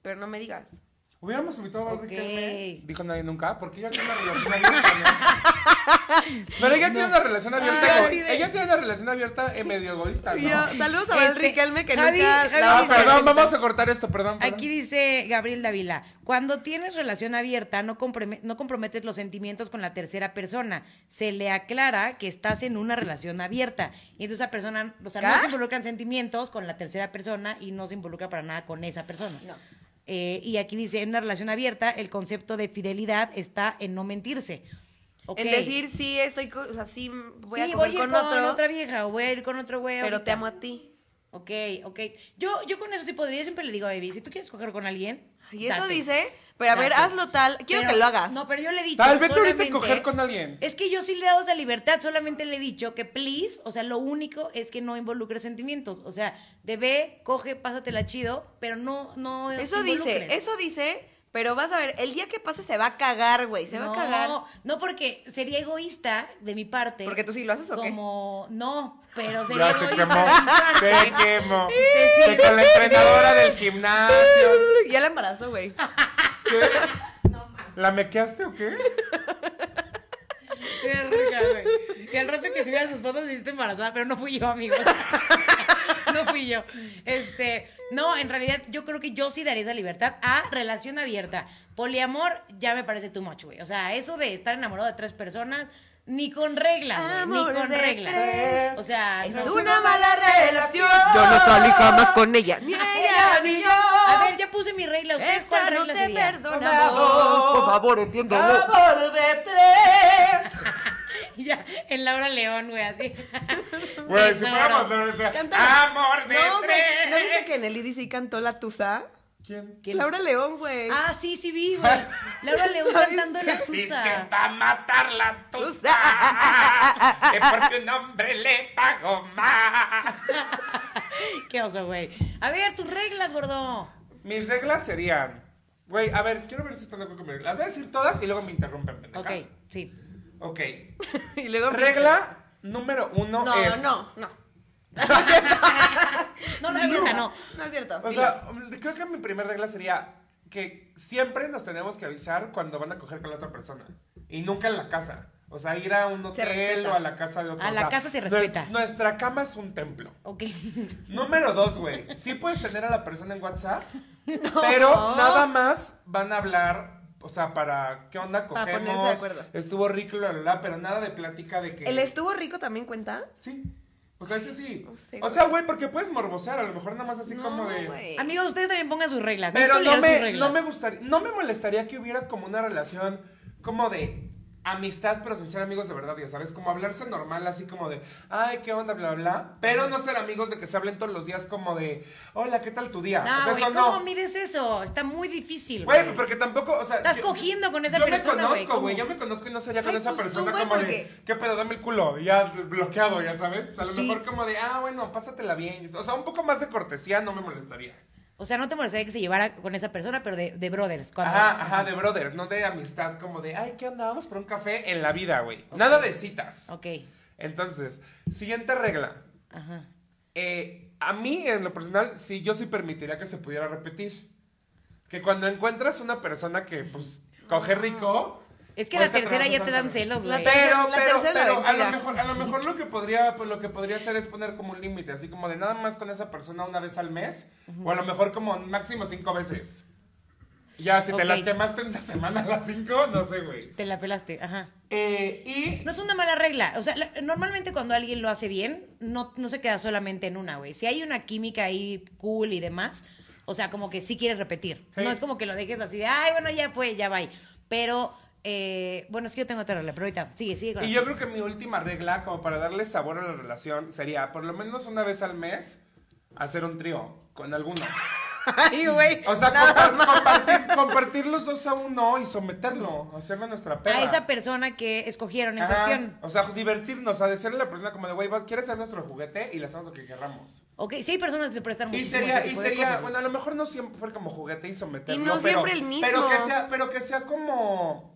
S1: pero no me digas.
S2: Hubiéramos invitado a Barbie
S3: Ok.
S2: Kelme, Dijo nadie nunca, porque ella tiene una relación abierta. ¿no? Pero ella tiene una relación abierta.
S3: Ah,
S2: güey.
S3: sí, de-
S2: Ella tiene una relación abierta eh, medio egoísta, ¿no?
S1: Y yo, saludos a Val
S3: Este,
S1: Riquelme, que
S3: Javi-
S1: nunca...
S3: Javi
S1: la-
S2: Ah,
S3: dice-
S2: perdón, vamos a cortar esto, perdón. perdón.
S3: Aquí dice Gabriel Dávila, cuando tienes relación abierta no, comprome- no comprometes los sentimientos con la tercera persona, se le aclara que estás en una relación abierta y entonces esa persona, o sea, no
S1: ¿Ah?
S3: se involucran sentimientos con la tercera persona y no se involucra para nada con esa persona.
S1: No.
S3: Eh, y aquí dice, en una relación abierta el concepto de fidelidad está en no mentirse. Ok.
S1: En decir, sí, estoy, co- o sea, sí, voy
S3: Sí,
S1: a coger
S3: ir
S1: con,
S3: con,
S1: otros,
S3: otra vieja o voy a ir con otro güey.
S1: pero te
S3: ahorita.
S1: amo a ti.
S3: Ok, ok. Yo, yo con eso sí podría. Yo siempre le digo a Baby, si tú quieres coger con alguien.
S1: Y eso
S3: date.
S1: dice, pero a ver,
S3: Date.
S1: hazlo tal, quiero
S3: Pero-
S1: que lo hagas.
S3: No, pero yo le he dicho.
S2: Tal vez tú ahorita
S3: solamente- Eh,
S2: coger con alguien.
S3: Es que yo sí le he dado esa libertad, solamente le he dicho que please, o sea, lo único es que no involucre sentimientos. O sea, de ve, coge, pásatela chido, pero no, no.
S1: eso
S3: involucres.
S1: dice, eso dice, pero vas a ver, el día que pase se va a cagar, güey, se va
S3: no,
S1: a cagar.
S3: No, porque sería egoísta de mi parte.
S1: ¿Porque tú sí lo haces o qué?
S3: Como, no, pero sería
S2: Ya se
S3: egoísta
S2: quemó.
S3: de mi parte.
S2: Se quemó.
S3: Te
S2: Se con la entrenadora del gimnasio.
S1: Ya la embarazo, güey.
S2: ¿Qué? ¿La mequeaste o qué?
S3: Verga, güey. Y al rato que subían sus fotos hiciste embarazada, pero no fui yo, amigos. No fui yo. Este, no, en realidad yo creo que yo sí daría esa libertad a relación abierta. Poliamor ya me parece too much, güey. O sea, eso de estar enamorado de tres personas, ni con regla, güey,
S1: Amor
S3: ni con
S1: de
S3: regla.
S1: tres
S3: O sea,
S1: Es
S3: no.
S1: una mala relación.
S2: Yo no salí
S1: jamás con ella. Ni
S3: ella ni yo. A ver, ya puse mi regla. ¿Ustedes cuál
S1: Esta no
S3: regla
S1: te
S3: sería?
S1: perdonamos.
S2: Por favor, entiendo. Amor de tres.
S3: Ya, en Laura León, güey, así.
S2: Güey, si
S3: Tesoro.
S2: fuéramos a hacer-
S1: Canta-
S2: Amor de
S1: No, güey.
S2: tres.
S1: ¿No viste que en el IDC cantó la Tusa?
S2: ¿Quién?
S3: ¿Qué?
S1: Laura León, güey.
S3: Ah, sí, sí vi, güey. Laura León cantando la
S2: Dice
S3: tusa.
S2: que va a matar la tusa. Que porque un hombre le pagó más.
S3: Qué oso, güey. A ver, tus reglas, gordo.
S2: Mis reglas serían. Güey, a ver, quiero ver si están de acuerdo conmigo. Las voy a decir todas y luego me interrumpen,
S3: Ok,
S2: pendejas.
S3: sí.
S2: Ok.
S1: Y luego
S2: Regla número uno
S1: No,
S2: es.
S1: no, no.
S3: No, no me gusta, no.
S1: No es cierto.
S2: O sea, creo que mi primera regla sería que siempre nos tenemos que avisar cuando van a coger con la otra persona. Y nunca en la casa. O sea, ir a un hotel
S1: respeta.
S2: o a la casa de otro.
S3: A la
S2: O sea,
S3: casa se
S2: nue-
S3: respeta.
S2: Nuestra cama es un templo.
S3: Ok.
S2: Número dos, güey. Sí puedes tener a la persona en WhatsApp, pero nada más van a hablar. O sea, para qué onda
S1: Para
S2: cogemos.
S1: ponerse de acuerdo.
S2: Estuvo rico, la, la, la, pero nada de plática de que.
S1: ¿El estuvo rico también cuenta?
S2: Sí. O sea, ese sí.
S1: No sé,
S2: o sea, güey, porque puedes morbosear, a lo mejor nada más así
S1: No,
S2: como de.
S1: güey.
S3: Amigos, ustedes también pongan sus reglas.
S2: Pero
S3: Necesito
S2: no
S3: leer sus
S2: me,
S3: reglas.
S2: no me gustaría, no me molestaría que hubiera como una relación como de amistad, pero sin ser amigos de verdad, ya sabes, como hablarse normal, así como de, ay, qué onda, bla, bla, bla, pero no ser amigos de que se hablen todos los días como de, hola, ¿qué tal tu día?
S3: No,
S2: o sea,
S3: güey,
S2: eso
S3: ¿cómo
S2: no.
S3: mides eso? Está muy difícil.
S2: Güey, porque tampoco, o sea...
S3: Estás
S2: yo-
S3: cogiendo con esa
S2: yo me
S3: persona, güey,
S2: conozco, güey,
S3: ¿cómo?
S2: yo me conozco y no sería con
S1: Ay,
S2: esa
S1: pues tú,
S2: persona
S1: güey,
S2: como de,
S1: porque-
S2: qué pedo, dame el culo, y ya bloqueado, ya sabes, pues a lo
S3: Sí.
S2: mejor como de, ah, bueno, pásatela bien, o sea, un poco más de cortesía no me molestaría.
S3: O sea, no te molestaría que se llevara con esa persona, pero de, de brothers. cuando-
S2: Ajá, ajá, de brothers, no de amistad, como de, ay, ¿qué onda? Vamos por un café en la vida, güey. Nada de citas.
S3: Ok.
S2: Entonces, siguiente regla.
S3: Ajá.
S2: Eh, a mí, en lo personal, sí, yo sí permitiría que se pudiera repetir. Que cuando encuentras una persona que, pues, coge rico...
S3: Ah. Es que
S2: pues,
S3: la tercera ya
S2: trabaja
S3: te dan
S2: tanto.
S3: celos,
S1: La
S3: güey.
S1: ter-
S2: Pero,
S1: la
S2: pero,
S1: tercera
S2: pero a,
S1: vencida.
S2: lo mejor, a lo mejor lo que podría, pues, lo que podría hacer es poner como un límite, así como de nada más con esa persona una vez al mes, o a lo mejor como máximo cinco veces. Ya, si te
S3: Ok.
S2: las quemaste en la semana a las cinco, no sé, güey.
S3: Te la pelaste, ajá.
S2: Eh, y
S3: No es una mala regla. O sea, la- normalmente cuando alguien lo hace bien, no, no se queda solamente en una, güey. Si hay una química ahí cool y demás, o sea, como que sí quieres repetir.
S2: Sí.
S3: No es como que lo dejes así de, ay, bueno, ya fue, ya va. Pero, eh, bueno, es que yo tengo otra regla, pero ahorita, sigue, sigue. con la-
S2: Y yo creo que mi última regla, como para darle sabor a la relación, sería por lo menos una vez al mes hacer un trío con alguno.
S1: Ay, güey.
S2: O sea,
S1: nada
S2: compar-
S1: más.
S2: compartir, compartir los dos a uno y someterlo, hacerlo nuestra perra.
S3: A esa persona que escogieron en
S2: Ajá.
S3: cuestión.
S2: O sea, divertirnos, a decirle a la persona como de, güey, vas- ¿quieres ser nuestro juguete? Y le hacemos lo que querramos.
S3: Ok, sí hay personas que se prestan
S2: Y
S3: muchísimo a ese
S2: sería, y
S3: tipo de
S2: sería,
S3: cosas.
S2: bueno, a lo mejor no siempre fue como juguete y someterlo.
S1: Y no
S2: pero-
S1: siempre el mismo.
S2: Pero que sea, pero que sea como.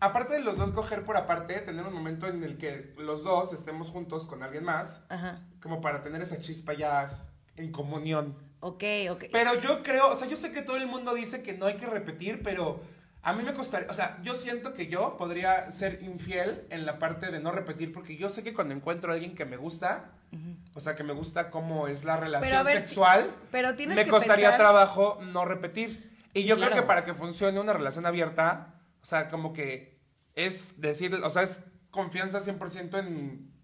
S2: Aparte de los dos coger por aparte, tener un momento en el que los dos estemos juntos con alguien más,
S3: Ajá.
S2: como para tener esa chispa ya en comunión.
S3: Ok, ok.
S2: Pero yo creo, o sea, yo sé que todo el mundo dice que no hay que repetir, pero a mí me costaría, o sea, yo siento que yo podría ser infiel en la parte de no repetir, porque yo sé que cuando encuentro a alguien que me gusta, o sea, que me gusta cómo es la relación
S1: Pero a ver,
S2: sexual,
S1: ti- pero tienes
S2: me
S1: que
S2: costaría
S1: pensar-
S2: trabajo no repetir. Y yo creo
S3: Claro.
S2: que para que funcione una relación abierta, o sea, como que es decir, o sea, es confianza 100% en...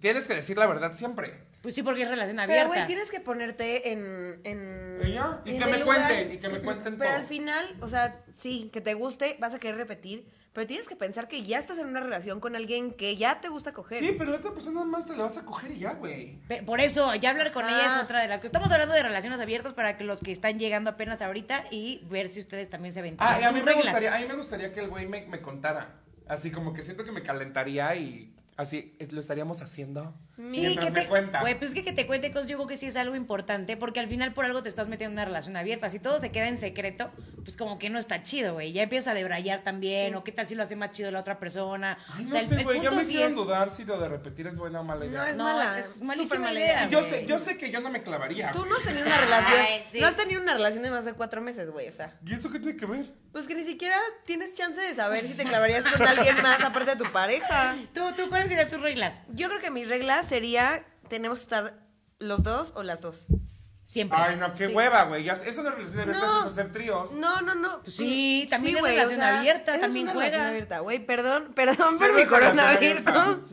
S2: Tienes que decir la verdad siempre.
S3: Pues sí, porque es relación abierta.
S1: Pero, güey, tienes que ponerte en. en
S2: Y ya, y
S1: en
S2: que
S1: el
S2: me cuenten, y que me cuenten
S1: Pero
S2: todo.
S1: al final, o sea, sí, que te guste, vas a querer repetir. Pero tienes que pensar que ya estás en una relación con alguien que ya te gusta coger.
S2: Sí, pero la otra persona nada más te la vas a coger y ya, güey.
S3: Pe- Por eso, ya hablar con
S1: Ajá.
S3: ella es otra de las cosas. Estamos hablando de relaciones abiertas para que los que están llegando apenas ahorita y ver si ustedes también se aventan.
S2: Ah, y a mí, me gustaría, a mí me gustaría que el güey me, me contara. Así como que siento que me calentaría y así es- lo estaríamos haciendo.
S3: Sí,
S2: mientras
S3: que te,
S2: me cuenta.
S3: güey, pues es que, que te cuente cosas, yo creo que sí es algo importante, porque al final por algo te estás metiendo en una relación abierta. Si todo se queda en secreto, pues como que no está chido, güey. Ya empieza a debrayar también, o qué tal si lo hace más chido la otra persona.
S2: Ay, no
S3: o sea, el-
S2: sé,
S3: el
S2: güey, ya
S3: punto
S2: me
S3: sí
S2: hicieron
S3: es-
S2: dudar si lo de repetir es buena o mala idea.
S1: No, es
S3: No,
S1: mala.
S3: es malísima
S1: súper mala
S3: idea,
S2: Y yo,
S3: güey.
S2: sé, yo sé que yo no me clavaría.
S1: Tú
S2: güey.
S1: no has tenido una relación.
S3: Ay, sí.
S1: No has tenido una relación de más de cuatro meses, güey. O sea,
S2: ¿Y eso qué tiene que ver?
S1: pues que ni siquiera tienes chance de saber si te clavarías con alguien más aparte de tu pareja.
S3: ¿Tú, tú cuáles serían tus reglas?
S1: Yo creo que mi regla sería: tenemos que estar los dos o las dos.
S3: Siempre.
S2: Ay, no, qué
S1: Sí.
S2: hueva, güey. Ya- Eso no es relación abierta,
S1: No.
S2: eso es hacer tríos.
S1: No, no, no.
S3: Pues sí, también es
S1: güey,
S3: relación abierta,
S1: esa
S3: también
S1: es una
S3: juega.
S1: relación abierta, güey. Perdón, perdón
S2: Sí,
S1: por
S2: no
S1: mi
S2: es relación abierta.
S1: coronavirus.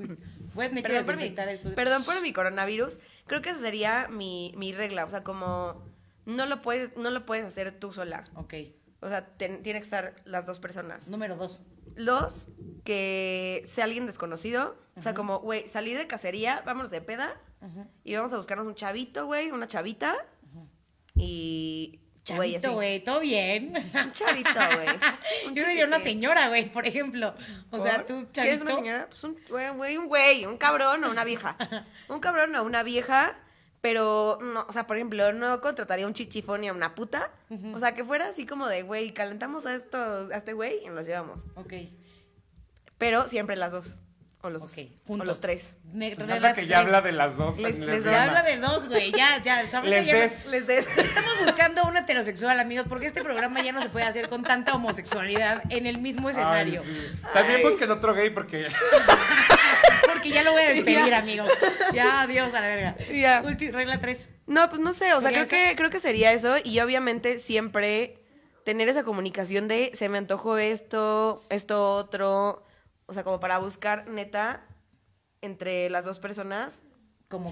S3: Pues me
S1: Perdón
S3: quieres
S1: por, mi,
S3: inventar esto.
S1: perdón por mi coronavirus. Creo que esa sería mi, mi regla. O sea, como no lo puedes, no lo puedes hacer tú sola.
S3: Ok,
S1: O sea, ten- tiene que estar las dos personas.
S3: número dos.
S1: Dos, que sea alguien desconocido. O sea, como, güey, salir de cacería, vámonos de peda. Y vamos a buscarnos un chavito, güey, una chavita. Y. güey,
S3: Chavito,
S1: así.
S3: güey, todo bien.
S1: Un chavito, güey. Un
S3: Yo sería una
S1: chiquitín.
S3: señora, güey, por ejemplo. O sea,
S1: ¿Por?
S3: tú, chavito.
S1: ¿Qué es una señora? Pues un güey, un güey, un güey, un cabrón o una vieja. Un cabrón o una vieja, pero no, o sea, por ejemplo, no contrataría un chichifón ni a una puta. O sea, que fuera así como de, güey, calentamos a, esto, a este güey y nos llevamos.
S3: Ok.
S1: Pero siempre las dos. O los,
S3: Ok,
S1: o
S3: juntos.
S1: los tres.
S3: Me-
S2: Me
S3: de
S2: encanta
S3: la-
S2: que ya Pues
S3: les-
S2: habla de las dos.
S1: Les-
S2: Penny,
S1: les
S2: de
S1: doy-
S3: Ya
S2: una.
S3: habla de dos, güey. Ya, ya. ahorita
S2: Les
S3: ya-
S2: des.
S1: Les des.
S3: Estamos buscando una heterosexual, amigos, porque este programa ya no se puede hacer con tanta homosexualidad en el mismo
S2: Ay,
S3: escenario.
S2: sí. También busquen otro gay porque
S3: Porque ya lo voy a despedir,
S1: Ya.
S3: amigos. Ya, adiós a la verga.
S1: Ya.
S3: Ulti- regla 3.
S1: No, pues no sé, o sea, creo
S3: ¿Sería
S1: que, creo que sería eso y obviamente siempre tener esa comunicación de se me antojó esto, esto otro, o sea, como para buscar neta entre las dos personas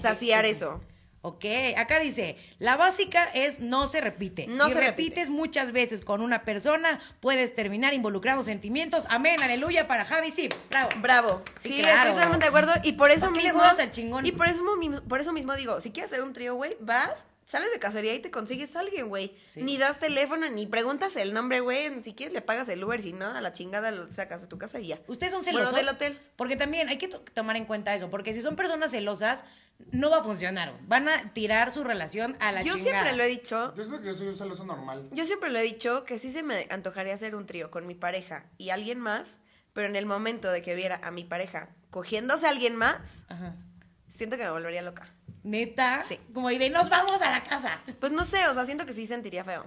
S1: saciar eso.
S3: Ok, acá dice, la básica es no se repite.
S1: No
S3: si
S1: se repite.
S3: repites muchas veces con una persona, puedes terminar involucrando sentimientos. Amén, aleluya para Javi, sí, bravo.
S1: Bravo.
S3: Sí,
S1: Sí,
S3: claro.
S1: estoy totalmente de acuerdo y por eso
S3: ¿Para qué le
S1: mismo
S3: juegas al chingón?
S1: y por eso mismo, por eso mismo digo, si quieres hacer un trío, güey, vas Sales de cacería y te consigues a alguien, güey.
S3: Sí.
S1: Ni das teléfono, ni preguntas el nombre, güey. Si quieres, le pagas el Uber. Si no, a la chingada lo sacas de tu casa y ya.
S3: Ustedes son celosos.
S1: Bueno, del hotel.
S3: Porque también hay que to- tomar en cuenta eso, porque si son personas celosas, no va a funcionar. Van a tirar su relación a la
S1: Yo
S3: chingada.
S1: siempre lo he dicho.
S2: yo siento que yo soy un celoso normal.
S1: Yo siempre lo he dicho que sí se me antojaría hacer un trío con mi pareja y alguien más, pero en el momento de que viera a mi pareja cogiéndose a alguien más,
S3: Ajá.
S1: siento que me volvería loca.
S3: Neta,
S1: Sí.
S3: como y de nos vamos a la casa.
S1: Pues no sé, o sea, siento que sí sentiría feo.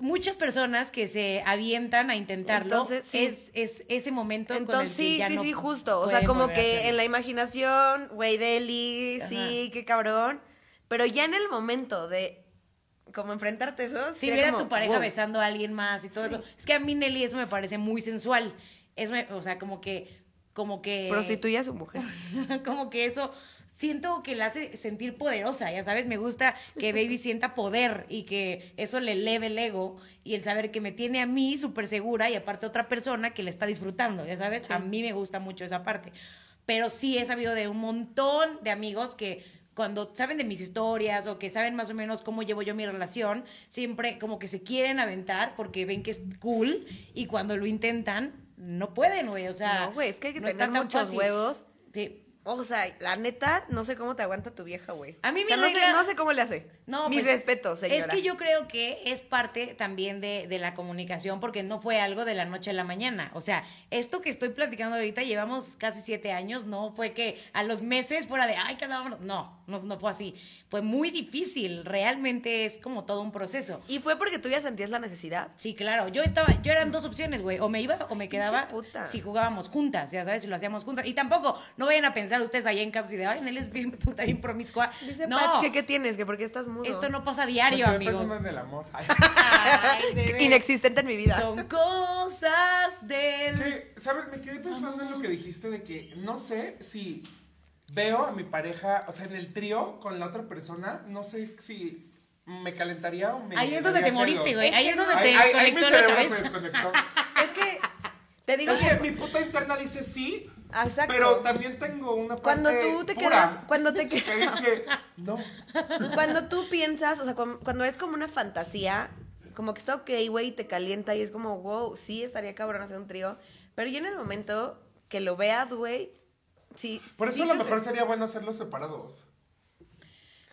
S3: Muchas personas que se avientan a intentarlo,
S1: Entonces, sí.
S3: es, es ese momento con el
S1: Entonces
S3: que
S1: sí,
S3: ya
S1: sí,
S3: no
S1: sí, justo. O sea,
S3: pueden
S1: como
S3: volver a
S1: que
S3: hacerlo.
S1: en la imaginación, güey, Deli,
S3: Ajá.
S1: sí, qué cabrón. Pero ya en el momento de como enfrentarte a eso,
S3: Si
S1: sería
S3: viera
S1: como,
S3: tu pareja
S1: wow.
S3: besando a alguien más y todo eso. Es que a mí, Nelly, eso me parece muy sensual. Es, me- o sea, como que... Como que...
S1: Prostituye a su mujer.
S3: como que eso siento que la hace sentir poderosa, ya sabes, me gusta que Baby sienta poder y que eso le eleve el ego y el saber que me tiene a mí súper segura y aparte otra persona que le está disfrutando, ya sabes, a mí me gusta mucho esa parte. Pero sí he sabido de un montón de amigos que cuando saben de mis historias o que saben más o menos cómo llevo yo mi relación, siempre como que se quieren aventar porque ven que es cool y cuando lo intentan no pueden, güey, o sea,
S1: No, güey, es que hay que
S3: no está
S1: tener
S3: tan
S1: muchos
S3: fácil.
S1: huevos
S3: Sí.
S1: O sea, la neta, no sé cómo te aguanta tu vieja, güey.
S3: A mí
S1: O sea,
S3: mi
S1: no, sé,
S3: regla-
S1: no sé cómo le hace.
S3: No,
S1: Mis
S3: pues,
S1: respetos, señora.
S3: Es que yo creo que es parte también de, de la comunicación, porque no fue algo de la noche a la mañana. O sea, esto que estoy platicando ahorita, llevamos casi siete años, no fue que a los meses fuera de, ay, quedábamos. No, no, no fue así. Fue muy difícil. Realmente es como todo un proceso.
S1: Y fue porque tú ya sentías la necesidad.
S3: Sí, claro. Yo estaba, yo eran dos opciones, güey. O me iba o me quedaba
S1: puta.
S3: si jugábamos juntas, ya sabes, si lo hacíamos juntas. Y tampoco, no vayan a pensar ustedes allá en casa y de, ay, Nelly es bien puta, bien promiscua.
S1: Dice
S3: no,
S1: Patch que qué tienes, que por qué estás mudo.
S3: esto no pasa diario,
S2: Porque
S3: amigos.
S2: personas del amor. Ay,
S3: Ay, bebé.
S1: Inexistente en mi vida.
S3: Son cosas del.
S2: que, ¿Sabes? Me quedé pensando en lo que dijiste de que no sé si veo a mi pareja, o sea, en el trío con la otra persona, no sé si me calentaría o me.
S3: Ahí es donde
S2: daría
S3: te
S2: celos.
S3: moriste, güey. Ahí es donde
S2: Ahí-
S3: te
S2: ahí- ahí mi
S3: desconectó la
S2: cerebro se
S3: cabeza.
S2: desconectó.
S1: Es que te digo
S2: Es que
S1: que
S2: mi puta interna dice sí,
S1: Exacto.
S2: pero también tengo una parte
S1: cuando tú te
S2: pura
S1: quedas, cuando te
S2: que
S1: quedas,
S2: dice no.
S1: cuando tú piensas, o sea, cuan- cuando es como una fantasía, como que está ok, güey, y te calienta y es como, wow, sí, estaría cabrón hacer un trío. Pero ya en el momento que lo veas, güey, sí.
S2: Por eso
S1: sí
S2: a lo
S1: creo que-
S2: mejor sería bueno hacerlos separados.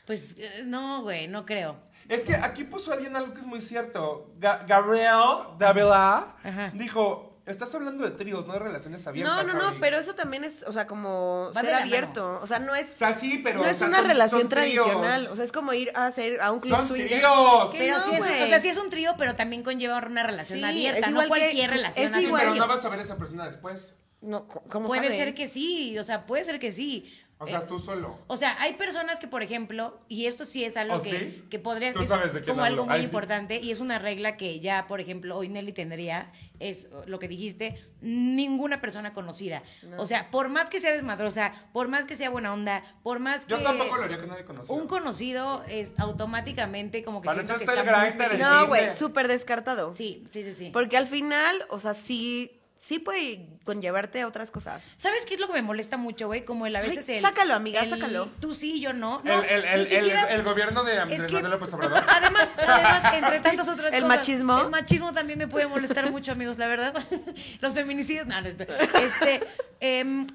S3: Pues eh, no, güey, no creo.
S2: Es que aquí puso alguien algo que es muy cierto. Ga- Gabriel Davila
S3: Ajá.
S2: dijo, estás hablando de tríos, no de relaciones
S1: No,
S2: abiertas.
S1: no, no,
S2: Abby".
S1: pero eso también es, o sea, como
S3: Va de
S1: ser
S3: la
S1: abierto. O sea, no es,
S2: O sea, sí,
S1: no
S2: pero... o
S1: es
S2: sea,
S1: una
S2: son-
S1: relación
S2: son tríos.
S1: tradicional. O sea, es como ir a hacer a un club
S2: ¡Son
S1: swinger.
S2: tríos!
S1: Que
S3: Pero
S1: no,
S3: sí es, un- o
S1: güey.
S3: sea, sí es un trío, pero también conlleva una relación
S1: Sí,
S3: abierta,
S1: es
S3: no
S1: igual que-
S3: cualquier relación
S1: es
S2: Sí,
S3: así.
S1: igual
S2: pero
S1: que-
S2: no vas a ver a esa persona después.
S1: No, co- ¿cómo
S3: Puede
S1: saben?
S3: ser que sí, o sea, puede ser que sí.
S2: O
S3: Eh,
S2: sea, tú solo.
S3: O sea, hay personas que, por ejemplo, y esto sí es algo
S2: ¿Oh,
S3: que,
S2: sí?
S3: que podría
S2: Tú
S3: es
S2: sabes de quién
S3: como algo
S2: hablo.
S3: muy
S2: Ay, sí.
S3: importante y es una regla que ya, por ejemplo, hoy Nelly tendría, es lo que dijiste, ninguna persona conocida. O sea, por más que sea desmadrosa, por más que sea buena onda, por más que...
S2: Yo tampoco lo haría con nadie conocido.
S3: Un conocido es automáticamente como que
S2: Para
S3: siento
S2: eso
S3: que
S2: está el
S3: está muy
S2: Grindr, el
S3: peligroso.
S1: No, güey,
S2: Dime.
S1: súper descartado.
S3: Sí, sí, sí, sí.
S1: Porque al final, o sea, sí, sí puede conllevarte a otras cosas.
S3: ¿Sabes qué es lo que me molesta mucho, güey? Como el a veces
S1: Ay,
S3: el...
S1: sácalo, amiga,
S3: el
S1: sácalo.
S3: Tú sí, yo no.
S2: El,
S3: No,
S2: el, el,
S3: ni
S2: el-
S3: siquiera-
S2: el gobierno de Andrés
S3: que-
S2: Manuel López Obrador.
S3: Además, además, entre tantas otras
S1: ¿El
S3: cosas.
S1: machismo?
S3: El machismo también me puede molestar mucho, amigos, la verdad. Los feminicidios, no, no, este, este, em,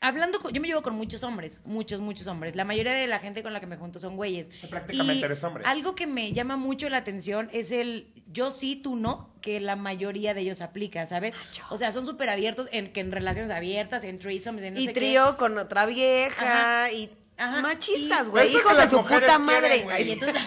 S3: hablando, con- yo me llevo con muchos hombres, muchos, muchos hombres. La mayoría de la gente con la que me junto son güeyes.
S2: Prácticamente
S3: Y
S2: eres hombre.
S3: Algo que me llama mucho la atención es el yo sí, tú no, que la mayoría de ellos aplica, ¿sabes?
S1: Ah,
S3: O sea, son súper abiertos en, que en relaciones abiertas, en threesomes, en no
S1: y
S3: sé qué.
S1: trío con otra vieja.
S3: Ajá.
S1: Y
S3: Ajá.
S1: machistas,
S3: Y-
S1: güey.
S2: Eso es
S1: Hijos
S2: que
S1: de
S2: las
S1: su
S2: mujeres
S1: puta
S2: quieren,
S1: madre.
S2: güey.
S3: Y entonces-
S2: Es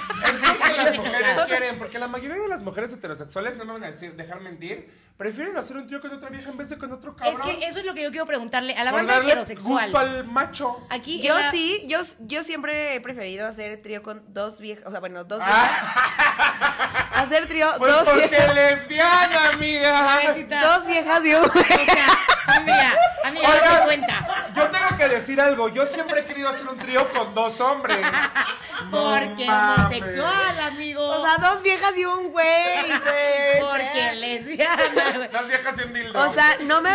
S2: porque las mujeres quieren, porque la mayoría de las mujeres heterosexuales, no me van a decir, dejar mentir, prefieren hacer un tío con otra vieja en vez de con otro
S3: Es
S2: cabrón.
S3: que eso es lo que yo quiero preguntarle a la
S2: Por
S3: banda
S2: darle
S3: heterosexual.
S2: gusto al macho.
S3: Aquí
S1: yo
S3: en la-
S1: sí, yo, yo siempre he preferido hacer trío con dos viejas. O sea, bueno, dos viejas.
S2: Ah,
S1: Hacer trío,
S2: pues
S1: dos
S2: porque
S1: viejas.
S2: lesbiana, amiga.
S3: Pobrecita.
S1: Dos viejas y un güey.
S3: O sea, amiga, amiga,
S2: Oigan,
S3: date cuenta.
S2: Yo tengo que decir algo. Yo siempre he querido hacer un trío con dos hombres. No
S3: Porque
S2: mames.
S3: homosexual, amigo.
S1: O sea, dos viejas y un güey. güey.
S3: porque lesbiana, güey.
S2: Las viejas y un dildo.
S1: O sea, no me.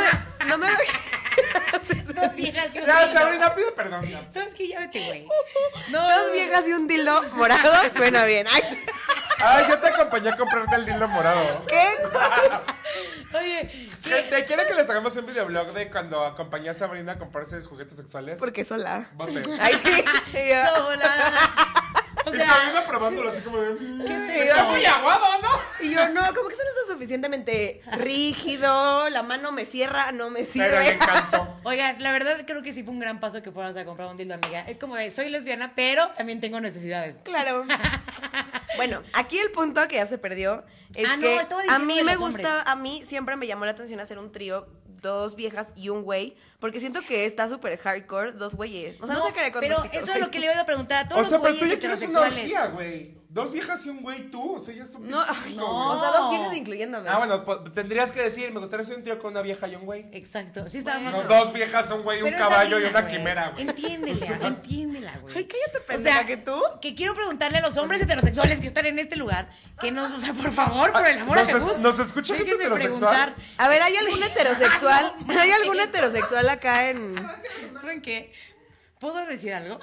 S1: No me.
S3: Dos viejas y un
S2: Ya,
S3: dildo.
S2: Sabrina, pide perdón. ya.
S3: ¿Sabes qué? Ya vete, güey. No.
S1: Dos viejas y un dildo morado suena bien. Ay,
S2: Ay, yo te acompañé a comprarte el dildo morado.
S1: ¿Qué?
S3: Oye, sí.
S2: ¿Te te quiere que les hagamos un videoblog de cuando acompañé a Sabrina a comprarse juguetes sexuales?
S1: Porque sola.
S2: Bote.
S1: Ay, sí. Y yo-
S3: Sola. O
S2: y
S3: sea,
S2: Sabrina probándolo así como de... "Mm,
S3: ¿qué es
S1: Sí,
S2: Está
S1: yo-
S3: eso?
S2: muy aguado, ¿no?
S1: Y yo, no, como que eso no está suficientemente rígido, la mano me cierra, no me
S2: Pero le
S1: sirve.
S2: encantó.
S3: Oigan, la verdad creo que sí fue un gran paso que fueras a comprar un dildo, amiga. Es como de, soy lesbiana, pero también tengo necesidades.
S1: Claro. Bueno, aquí el punto que ya se perdió es
S3: Ah, no,
S1: que
S3: estaba
S1: a
S3: diciendo
S1: mí
S3: de
S1: me
S3: los
S1: gusta,
S3: hombres.
S1: a mí siempre me llamó la atención hacer un trío, dos viejas y un güey, porque siento que está súper hardcore, dos güeyes. O sea, no, se cree con
S3: pero
S1: dos pitos,
S3: eso es lo
S1: güey.
S3: que le iba a preguntar a todos
S2: O sea,
S3: los
S2: pero tú
S3: güeyes
S2: ya quieres una
S3: heterosexuales.
S2: orgía, güey. Dos viejas y un güey tú. O sea, ya es un
S1: No,
S2: pinche chico,
S3: no.
S1: o
S2: güey.
S1: sea, dos viejas incluyéndome.
S2: Ah, bueno, pues, tendrías que decir, me gustaría ser un tío con una vieja y un güey.
S3: Exacto, sí estaba más
S2: No,
S3: raro.
S2: dos viejas, un güey, un
S3: Pero es
S2: caballo y
S3: Sabrina,
S2: una
S3: güey.
S2: quimera, güey.
S3: Entiéndela, entiéndela, güey.
S1: Ay, cállate, pendeja, que tú.
S3: Que quiero preguntarle a los hombres heterosexuales que están en este lugar, que nos, o sea, por favor, por el amor a
S2: Nos es-
S3: Jesús.
S2: nos escucha gente
S3: déjenme
S2: heterosexual.
S3: preguntar,
S1: A ver, ¿hay algún heterosexual?
S3: Ah, No,
S1: ¿Hay algún heterosexual acá en...?
S3: ¿Saben qué? ¿Puedo decir algo?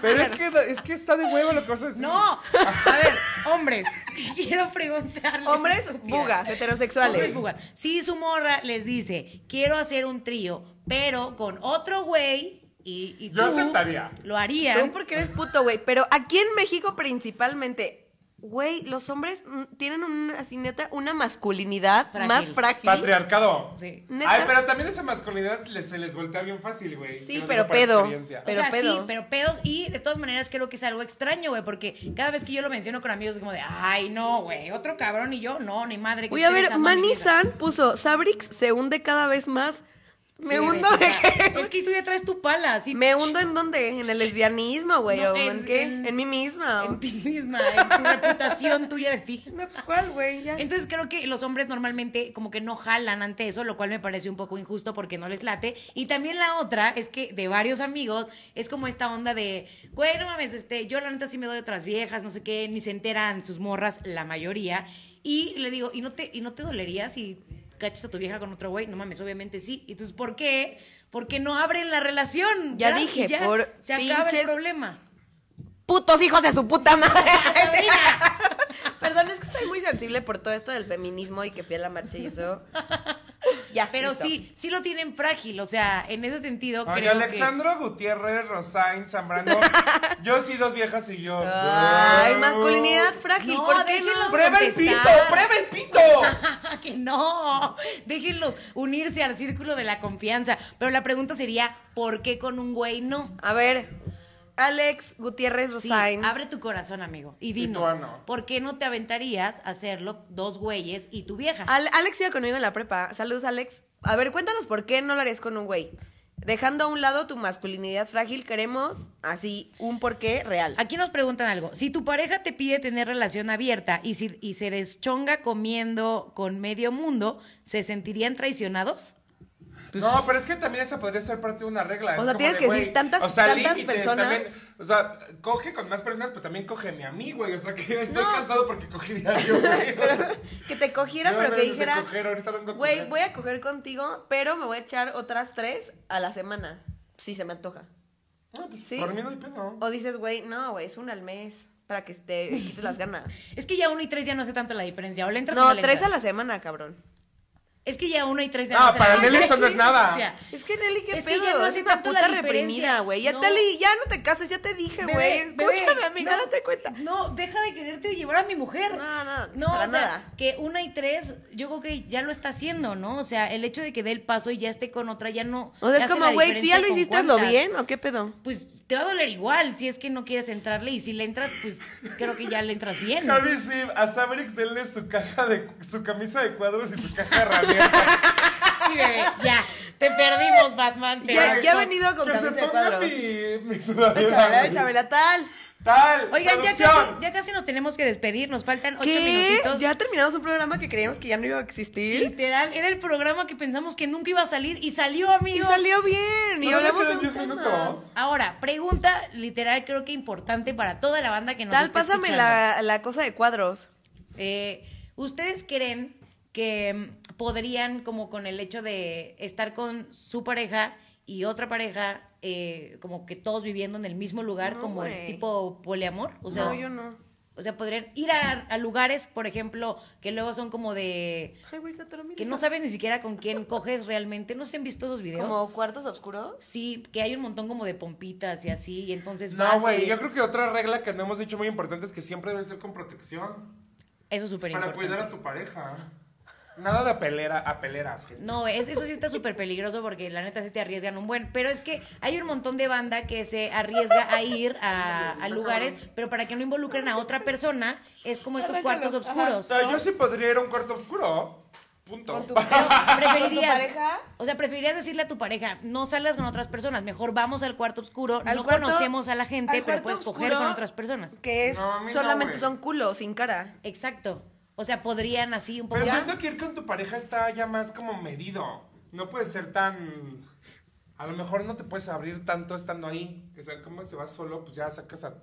S2: Pero es que, es que está de huevo lo que vas a decir.
S3: No. A ver, hombres, quiero preguntarles.
S1: Hombres
S3: estúpidas.
S1: bugas, heterosexuales.
S3: Hombres bugas. Si su morra les dice, quiero hacer un trío, pero con otro güey, y, y
S2: Yo
S3: tú
S2: aceptaría.
S3: lo harían.
S1: Tú porque eres puto, güey. Pero aquí en México principalmente, güey, los hombres mm, tienen una, así neta, una masculinidad
S3: Frágil.
S1: más frágil.
S2: Patriarcado.
S3: Sí.
S1: ¿Neta?
S2: Ay, pero también esa masculinidad les- se les voltea bien fácil, güey.
S1: Sí,
S2: Te lo
S1: pero
S2: digo por
S1: pedo.
S2: experiencia.
S1: Pero
S3: o sea, sí,
S1: pedo.
S3: pero pedo. Y de todas maneras creo que es algo extraño, güey, porque cada vez que yo lo menciono con amigos es como de, ay, no, güey, otro cabrón y yo, no, ni madre. que
S1: Voy a
S3: ustedes
S1: ver,
S3: aman mi
S1: Manny
S3: vida".
S1: San puso, Sabrix se hunde cada vez más. Me
S3: Sí,
S1: hundo
S3: ves,
S1: de
S3: o sea, Es que tú ya traes tu pala, así.
S1: Me hundo en dónde? En el lesbianismo, güey.
S3: No,
S1: ¿O en,
S3: en-
S1: qué?
S3: en-
S1: En, mí misma.
S3: En ti misma, en tu reputación tuya de ti.
S1: No, pues cuál, güey, ya.
S3: Entonces creo que los hombres normalmente como que no jalan ante eso, lo cual me parece un poco injusto porque no les late. Y también la otra es que de varios amigos es como esta onda de, güey, no mames, este, yo la neta sí me doy otras viejas, no sé qué, ni se enteran sus morras, la mayoría. Y le digo, ¿y no te, y no te dolería si cachas a tu vieja con otro güey? No mames, obviamente sí. Y entonces, ¿por qué? Porque no abren la relación.
S1: Ya
S3: Y
S1: dije, por
S3: se acaba el
S1: pinches-
S3: problema.
S1: Putos hijos de su puta madre.
S3: Sabrina.
S1: Perdón, es que estoy muy sensible por todo esto del feminismo y que fui a la marcha y eso. Ya,
S3: Pero
S1: listo.
S3: sí, sí lo tienen frágil, o sea, en ese sentido
S2: Ay,
S3: creo que...
S2: Alexandro Gutiérrez, Rosain, Zambrano. yo sí, dos viejas y yo.
S1: Ay, masculinidad frágil.
S3: No,
S1: ¿Por qué
S3: déjenlos
S1: no?
S2: ¡Prueba el
S3: contestar.
S2: pito! ¡Prueba el pito!
S3: Ah, que no, déjenlos unirse al círculo de la confianza. Pero la pregunta sería, ¿por qué con un güey no?
S1: A ver, Alex Gutiérrez
S3: Sí,
S1: Rosain.
S3: abre tu corazón, amigo, y
S2: tú,
S3: dinos,
S2: Ana.
S3: ¿por qué no te aventarías a hacerlo dos güeyes y tu vieja?
S1: Al- Alex iba conmigo en la prepa. Saludos, Alex. A ver, cuéntanos por qué no lo harías con un güey. Dejando a un lado tu masculinidad frágil, queremos así un porqué real.
S3: Aquí nos preguntan algo. Si tu pareja te pide tener relación abierta y, si- y se deschonga comiendo con medio mundo, ¿se sentirían traicionados?
S2: No, pero es que también esa podría ser parte de una regla. es
S1: Pues sea,
S2: como
S1: tienes
S2: de,
S1: que decir
S2: güey,
S1: tantas-
S2: o sea,
S1: tantas
S2: límites,
S1: personas.
S2: también, o sea, coge con más personas, pero también cógeme a mí, güey. O sea, que estoy
S1: No.
S2: cansado porque cogería yo, güey.
S1: que te cogiera,
S2: No,
S1: pero
S2: no,
S1: que
S2: no, de
S1: dijera,
S2: coger, ahorita vengo a
S1: güey,
S2: coger".
S1: voy a coger contigo, pero me voy a echar otras tres a la semana, si se me antoja.
S2: Ah, pues,
S1: Sí.
S2: Por mí no hay pedo.
S1: O dices, güey, no, güey, es una al mes, para que te quites las ganas.
S3: Es que ya uno y tres ya no hace tanto la diferencia. O le entras o
S1: No,
S3: le
S1: tres
S3: entras.
S1: a la semana, cabrón.
S3: Es que ya uno y tres
S2: Ah,
S3: años
S2: para
S3: era-
S2: Nelly eso no es nada.
S3: O sea,
S1: Es que Nelly, qué
S3: Es que
S1: pedo.
S3: ya no
S1: es
S3: hace
S1: una
S3: tanto
S1: puta
S3: la
S1: reprimida,
S3: diferencia.
S1: güey. Ya
S3: No.
S1: Nelly, ya no te cases, ya te dije,
S3: bebé,
S1: güey.
S3: bebé,
S1: Escúchame, amiga,
S3: no,
S1: date cuenta.
S3: No, deja de quererte llevar a mi mujer.
S1: No, no,
S3: No,
S1: para
S3: o sea,
S1: nada.
S3: que una y tres, yo creo que ya lo está haciendo, ¿no? O sea, el hecho de que dé el paso y ya esté con otra, ya no.
S1: O sea, es
S3: hace
S1: como,
S3: la
S1: güey, si ya
S3: diferencia
S1: lo
S3: con
S1: hiciste, hazlo
S3: cuántas.
S1: bien, ¿o qué pedo?
S3: Pues te va a doler igual si es que no quieres entrarle y si le entras, pues creo que ya le entras bien.
S2: Javi, sí, a Sabrix denle su caja de su camisa de cuadros y su caja de herramientas.
S3: Sí, bebé, ya. Te perdimos, Batman. pero
S1: Ya,
S3: no.
S1: ya ha venido con
S2: que se
S1: camisa de
S2: ponga
S1: cuadros.
S2: mi, mi
S1: Échamela,
S2: sudadera.
S1: échamela tal.
S2: Tal.
S3: Oigan, ya
S2: producción.
S3: casi, ya casi nos tenemos que despedir. Nos faltan ocho
S1: ¿Qué?
S3: minutitos.
S1: Ya terminamos un programa que creíamos que ya no iba a existir.
S3: Literal, era el programa que pensamos que nunca iba a salir y salió,
S1: Y
S3: amigos.
S1: salió bien. Y
S2: Todavía
S1: hablamos de
S2: quedan
S1: un
S2: 10
S1: tema.
S2: minutos.
S3: Ahora, pregunta literal, creo que importante para toda la banda que nos
S1: Tal,
S3: está
S1: pásame
S3: escuchando.
S1: la, la cosa de cuadros.
S3: Eh, ¿Ustedes creen que mm, podrían, como con el hecho de estar con su pareja y otra pareja, eh, como que todos viviendo en el mismo lugar,
S1: No,
S3: como
S1: güey.
S3: el tipo poliamor? O sea,
S1: no, yo no.
S3: O sea, podrían ir a, a lugares, por ejlo, que luego son como de...
S1: Ay, güey, está todo
S3: que no sabes ni siquiera con quién coges realmente. ¿No se han visto esos videos?
S1: ¿Como cuartos oscuros?
S3: Sí, que hay un montón como de pompitas y así, y entonces
S2: No,
S3: vas
S2: güey,
S3: y-
S2: yo creo que otra regla que no hemos dicho muy importante es que siempre debe ser con protección.
S3: Eso es súper
S2: Pues Para cuidar a
S3: importante.
S2: tu pareja. Nada de apelera, apeleras, gente.
S3: No, es, eso sí está súper peligroso porque la neta sí te arriesgan un buen. Pero es que hay un montón de banda que se arriesga a ir a, a lugares, pero para que no involucren a otra persona, es como estos cuartos
S2: O
S3: oscuros.
S2: sea, yo sí podría ir a un cuarto oscuro. Punto.
S1: Con tu
S3: Pero preferirías,
S1: ¿Con tu pareja?
S3: o sea, preferirías decirle a tu pareja, no salgas con otras personas, mejor vamos al cuarto oscuro,
S1: Al
S3: no
S1: cuarto-
S3: conocemos a la
S1: al
S3: gente, pero
S1: cuarto
S3: puedes coger
S1: oscuro.
S3: con otras personas.
S1: Que es
S2: No, a mí no,
S1: solamente
S2: güey.
S1: son culos, sin cara.
S3: Exacto. O sea, podrían así un poco
S2: Pero
S3: más.
S2: siento que ir con tu pareja está ya más como medido. No puede ser tan. A lo mejor no te puedes abrir tanto estando ahí. O sea, como se va solo, pues ya sacas a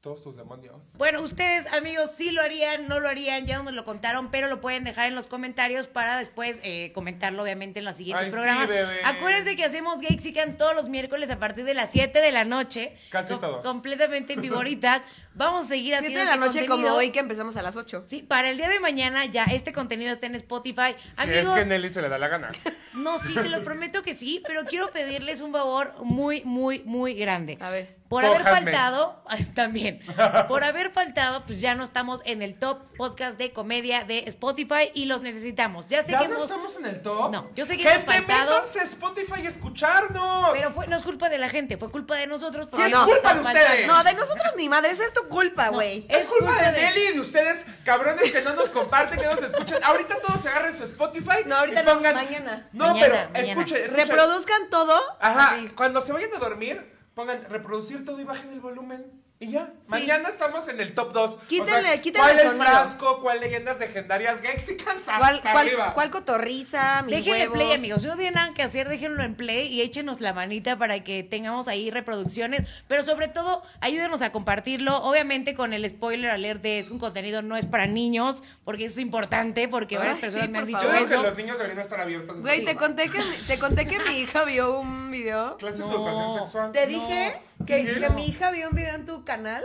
S2: todos tus demonios.
S3: Bueno, ustedes, amigos, sí lo harían, no lo harían, ya nos lo contaron, pero lo pueden dejar en los comentarios para después eh, comentarlo, obviamente, en los siguientes
S2: Ay, sí,
S3: programas.
S2: bebé.
S3: Acuérdense que hacemos Gaxican todos los miércoles a partir de las 7 de la noche.
S2: Casi
S3: Co-
S2: todos.
S3: Completamente en viboritas. Vamos a seguir haciendo
S1: Siete de la
S3: este
S1: noche como
S3: contenido.
S1: hoy que empezamos a las 8.
S3: Sí, para el día de mañana ya este contenido está en Spotify. Amigos,
S2: Si es que Nelly se le da la gana.
S3: no, sí, se los prometo que sí, pero quiero pedirles un favor muy, muy, muy grande.
S1: A ver.
S3: Por haber
S2: Cójanme.
S3: faltado, ay, también, por haber faltado, pues ya no estamos en el top podcast de comedia de Spotify y los necesitamos. Ya sé
S2: ¿Ya
S3: que
S2: no
S3: hemos-
S2: estamos en el top?
S3: No, yo sé que
S2: ¡Gente,
S3: hemos faltado-
S2: métanse a Spotify y escucharnos!
S3: Pero fue, no es culpa de la gente, fue culpa de nosotros. porque
S2: es
S3: nos
S2: culpa
S3: están
S2: de ustedes.
S3: faltando.
S1: No, de nosotros ni madre, esa es tu culpa, güey.
S2: Es culpa de Nelly y de ustedes, cabrones, que no nos comparten, que no nos escuchan. Ahorita todos agarren su Spotify.
S1: No, ahorita
S2: y
S1: no,
S2: pongan-
S1: mañana.
S2: No,
S3: Mañana,
S2: pero
S3: mañana.
S2: escuchen, escuchen.
S1: Reproduzcan todo.
S2: Ajá,
S1: así.
S2: cuando se vayan a dormir, pongan reproducir todo y bajen el volumen. Y ya, mañana estamos en el top 2.
S1: Quítenle- quítenle
S2: ¿Cuál
S1: el
S2: el
S1: sonido.
S2: frasco? ¿Cuál leyendas legendarias? Gexicans hasta
S1: ¿Cuál, cuál,
S2: arriba.
S1: cuál cotorriza? Mis
S3: Déjenle
S1: huevos?
S3: play, amigos. Si no tienen nada que hacer, déjenlo en play y échenos la manita para que tengamos ahí reproducciones. Pero sobre todo, ayúdenos a compartirlo. Obviamente, con el spoiler alert de es un contenido no es para niños, porque eso es importante, porque varias
S1: Ay,
S3: personas
S1: sí,
S3: me han
S1: por
S3: dicho
S2: Yo
S1: favor.
S2: digo que
S3: eso.
S2: los niños deberían estar abiertos. a
S1: Güey,
S2: este
S1: te
S2: tema.
S1: conté, que, mi- te conté que mi hija vio un video.
S2: Clases
S3: No.
S2: de educación sexual.
S1: Te dije que,
S2: ¿Qué?
S1: que mi hija vio un video en tu canal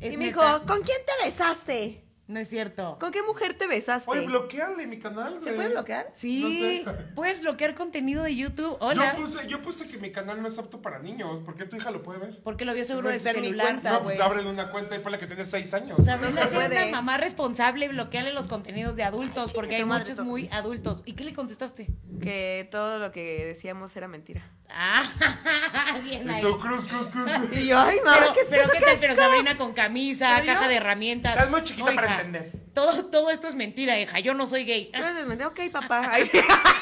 S3: Es
S1: y me dijo,
S3: neta.
S1: ¿con quién te besaste?
S3: No es cierto.
S1: ¿Con qué mujer te besaste?
S2: Oye, bloqueale mi canal,
S1: ¿Se
S2: güey.
S1: puede bloquear?
S3: Sí,
S2: No sé.
S3: puedes bloquear contenido de YouTube. Hola.
S2: Yo puse, yo puse que mi canal no es apto para niños. ¿Por qué tu hija lo puede ver?
S3: Porque lo vio seguro
S1: Pues
S3: de su
S1: de mi
S3: celular.
S1: cuenta.
S2: no, pues
S1: güey.
S2: ábrele una cuenta y ponle que tienes 6 años.
S3: Sabrina,
S1: No se
S3: ser
S1: puede.
S3: una mamá responsable, bloquearle los contenidos de adultos, porque hay
S1: su madre
S3: muchos
S1: todos.
S3: muy adultos. ¿Y qué le contestaste?
S1: Que todo lo que decíamos era mentira.
S3: Ah, bien
S2: Y
S3: ahí.
S2: tú, cruz, cruz, cruz. cruz.
S1: Y yo, ay,
S3: pero,
S1: mamá, ¿qué es
S3: pero
S1: eso
S3: ¿qué
S1: que
S3: tal?
S1: es
S3: Pero
S1: acá?
S3: Sabrina con camisa,
S1: Pero yo-
S3: caja de herramientas.
S2: Estás muy chiquita para
S3: hija,
S2: entender.
S3: Todo, todo esto es mentira, hija. Yo no soy gay.
S1: Entonces me dijo, ok, papá. Ay, sí.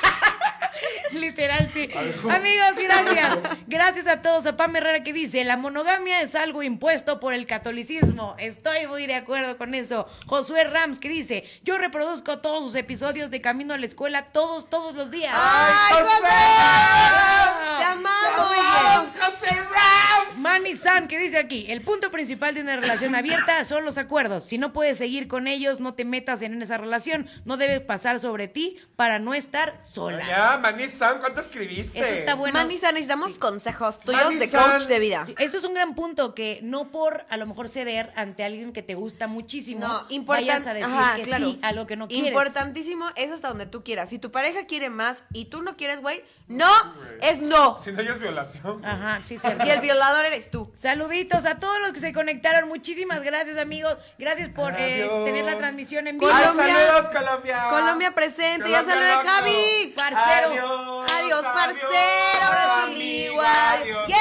S3: Literal, sí. Amigos, gracias. Gracias a todos. A Pam Herrera que dice, la monogamia es algo impuesto por el catolicismo. Estoy muy de acuerdo con eso. Josué Rams que dice, yo reproduzco todos sus episodios de Camino a la Escuela todos, todos los días.
S1: ¡Ay,
S2: José!
S1: José! ¡Te
S3: Muy bien.
S1: amamos!
S2: ¡Vamos, José Rams!
S3: Manny Sam, que dice aquí, el punto principal de una relación abierta son los acuerdos. Si no puedes seguir con ellos, no te metas en esa relación. No debes pasar sobre ti para no estar sola.
S2: Ya, Manny San, ¿cuánto escribiste?
S3: Eso está bueno.
S1: Manisa, necesitamos consejos tuyos de
S2: Manisa.
S1: coach de vida.
S3: Sí, Esto es un gran punto que no por a lo mejor ceder ante alguien que te gusta muchísimo
S1: No,
S3: vayas
S1: importante.
S3: a decir
S1: ajá,
S3: que
S1: claro.
S3: sí a lo que no quieres.
S1: Importantísimo es hasta donde tú quieras. Si tu pareja quiere más y tú no quieres, güey, no,
S2: güey.
S1: es no.
S2: Si no, ya es violación.
S3: Ajá, sí, cierto.
S1: Y el violador eres tú.
S3: Saluditos a todos los que se conectaron. Muchísimas gracias, amigos. Gracias por eh,
S2: Adiós.
S3: tener la transmisión en vivo.
S2: Ay,
S1: Colombia.
S2: saludos, Colombia.
S1: Colombia presente, ya
S2: Colombia
S1: saludé a
S2: loco.
S1: Javi.
S3: Parcero.
S2: Adiós,
S1: Adiós, parcero,
S2: adiós,
S1: amigo,
S2: amiga, adiós,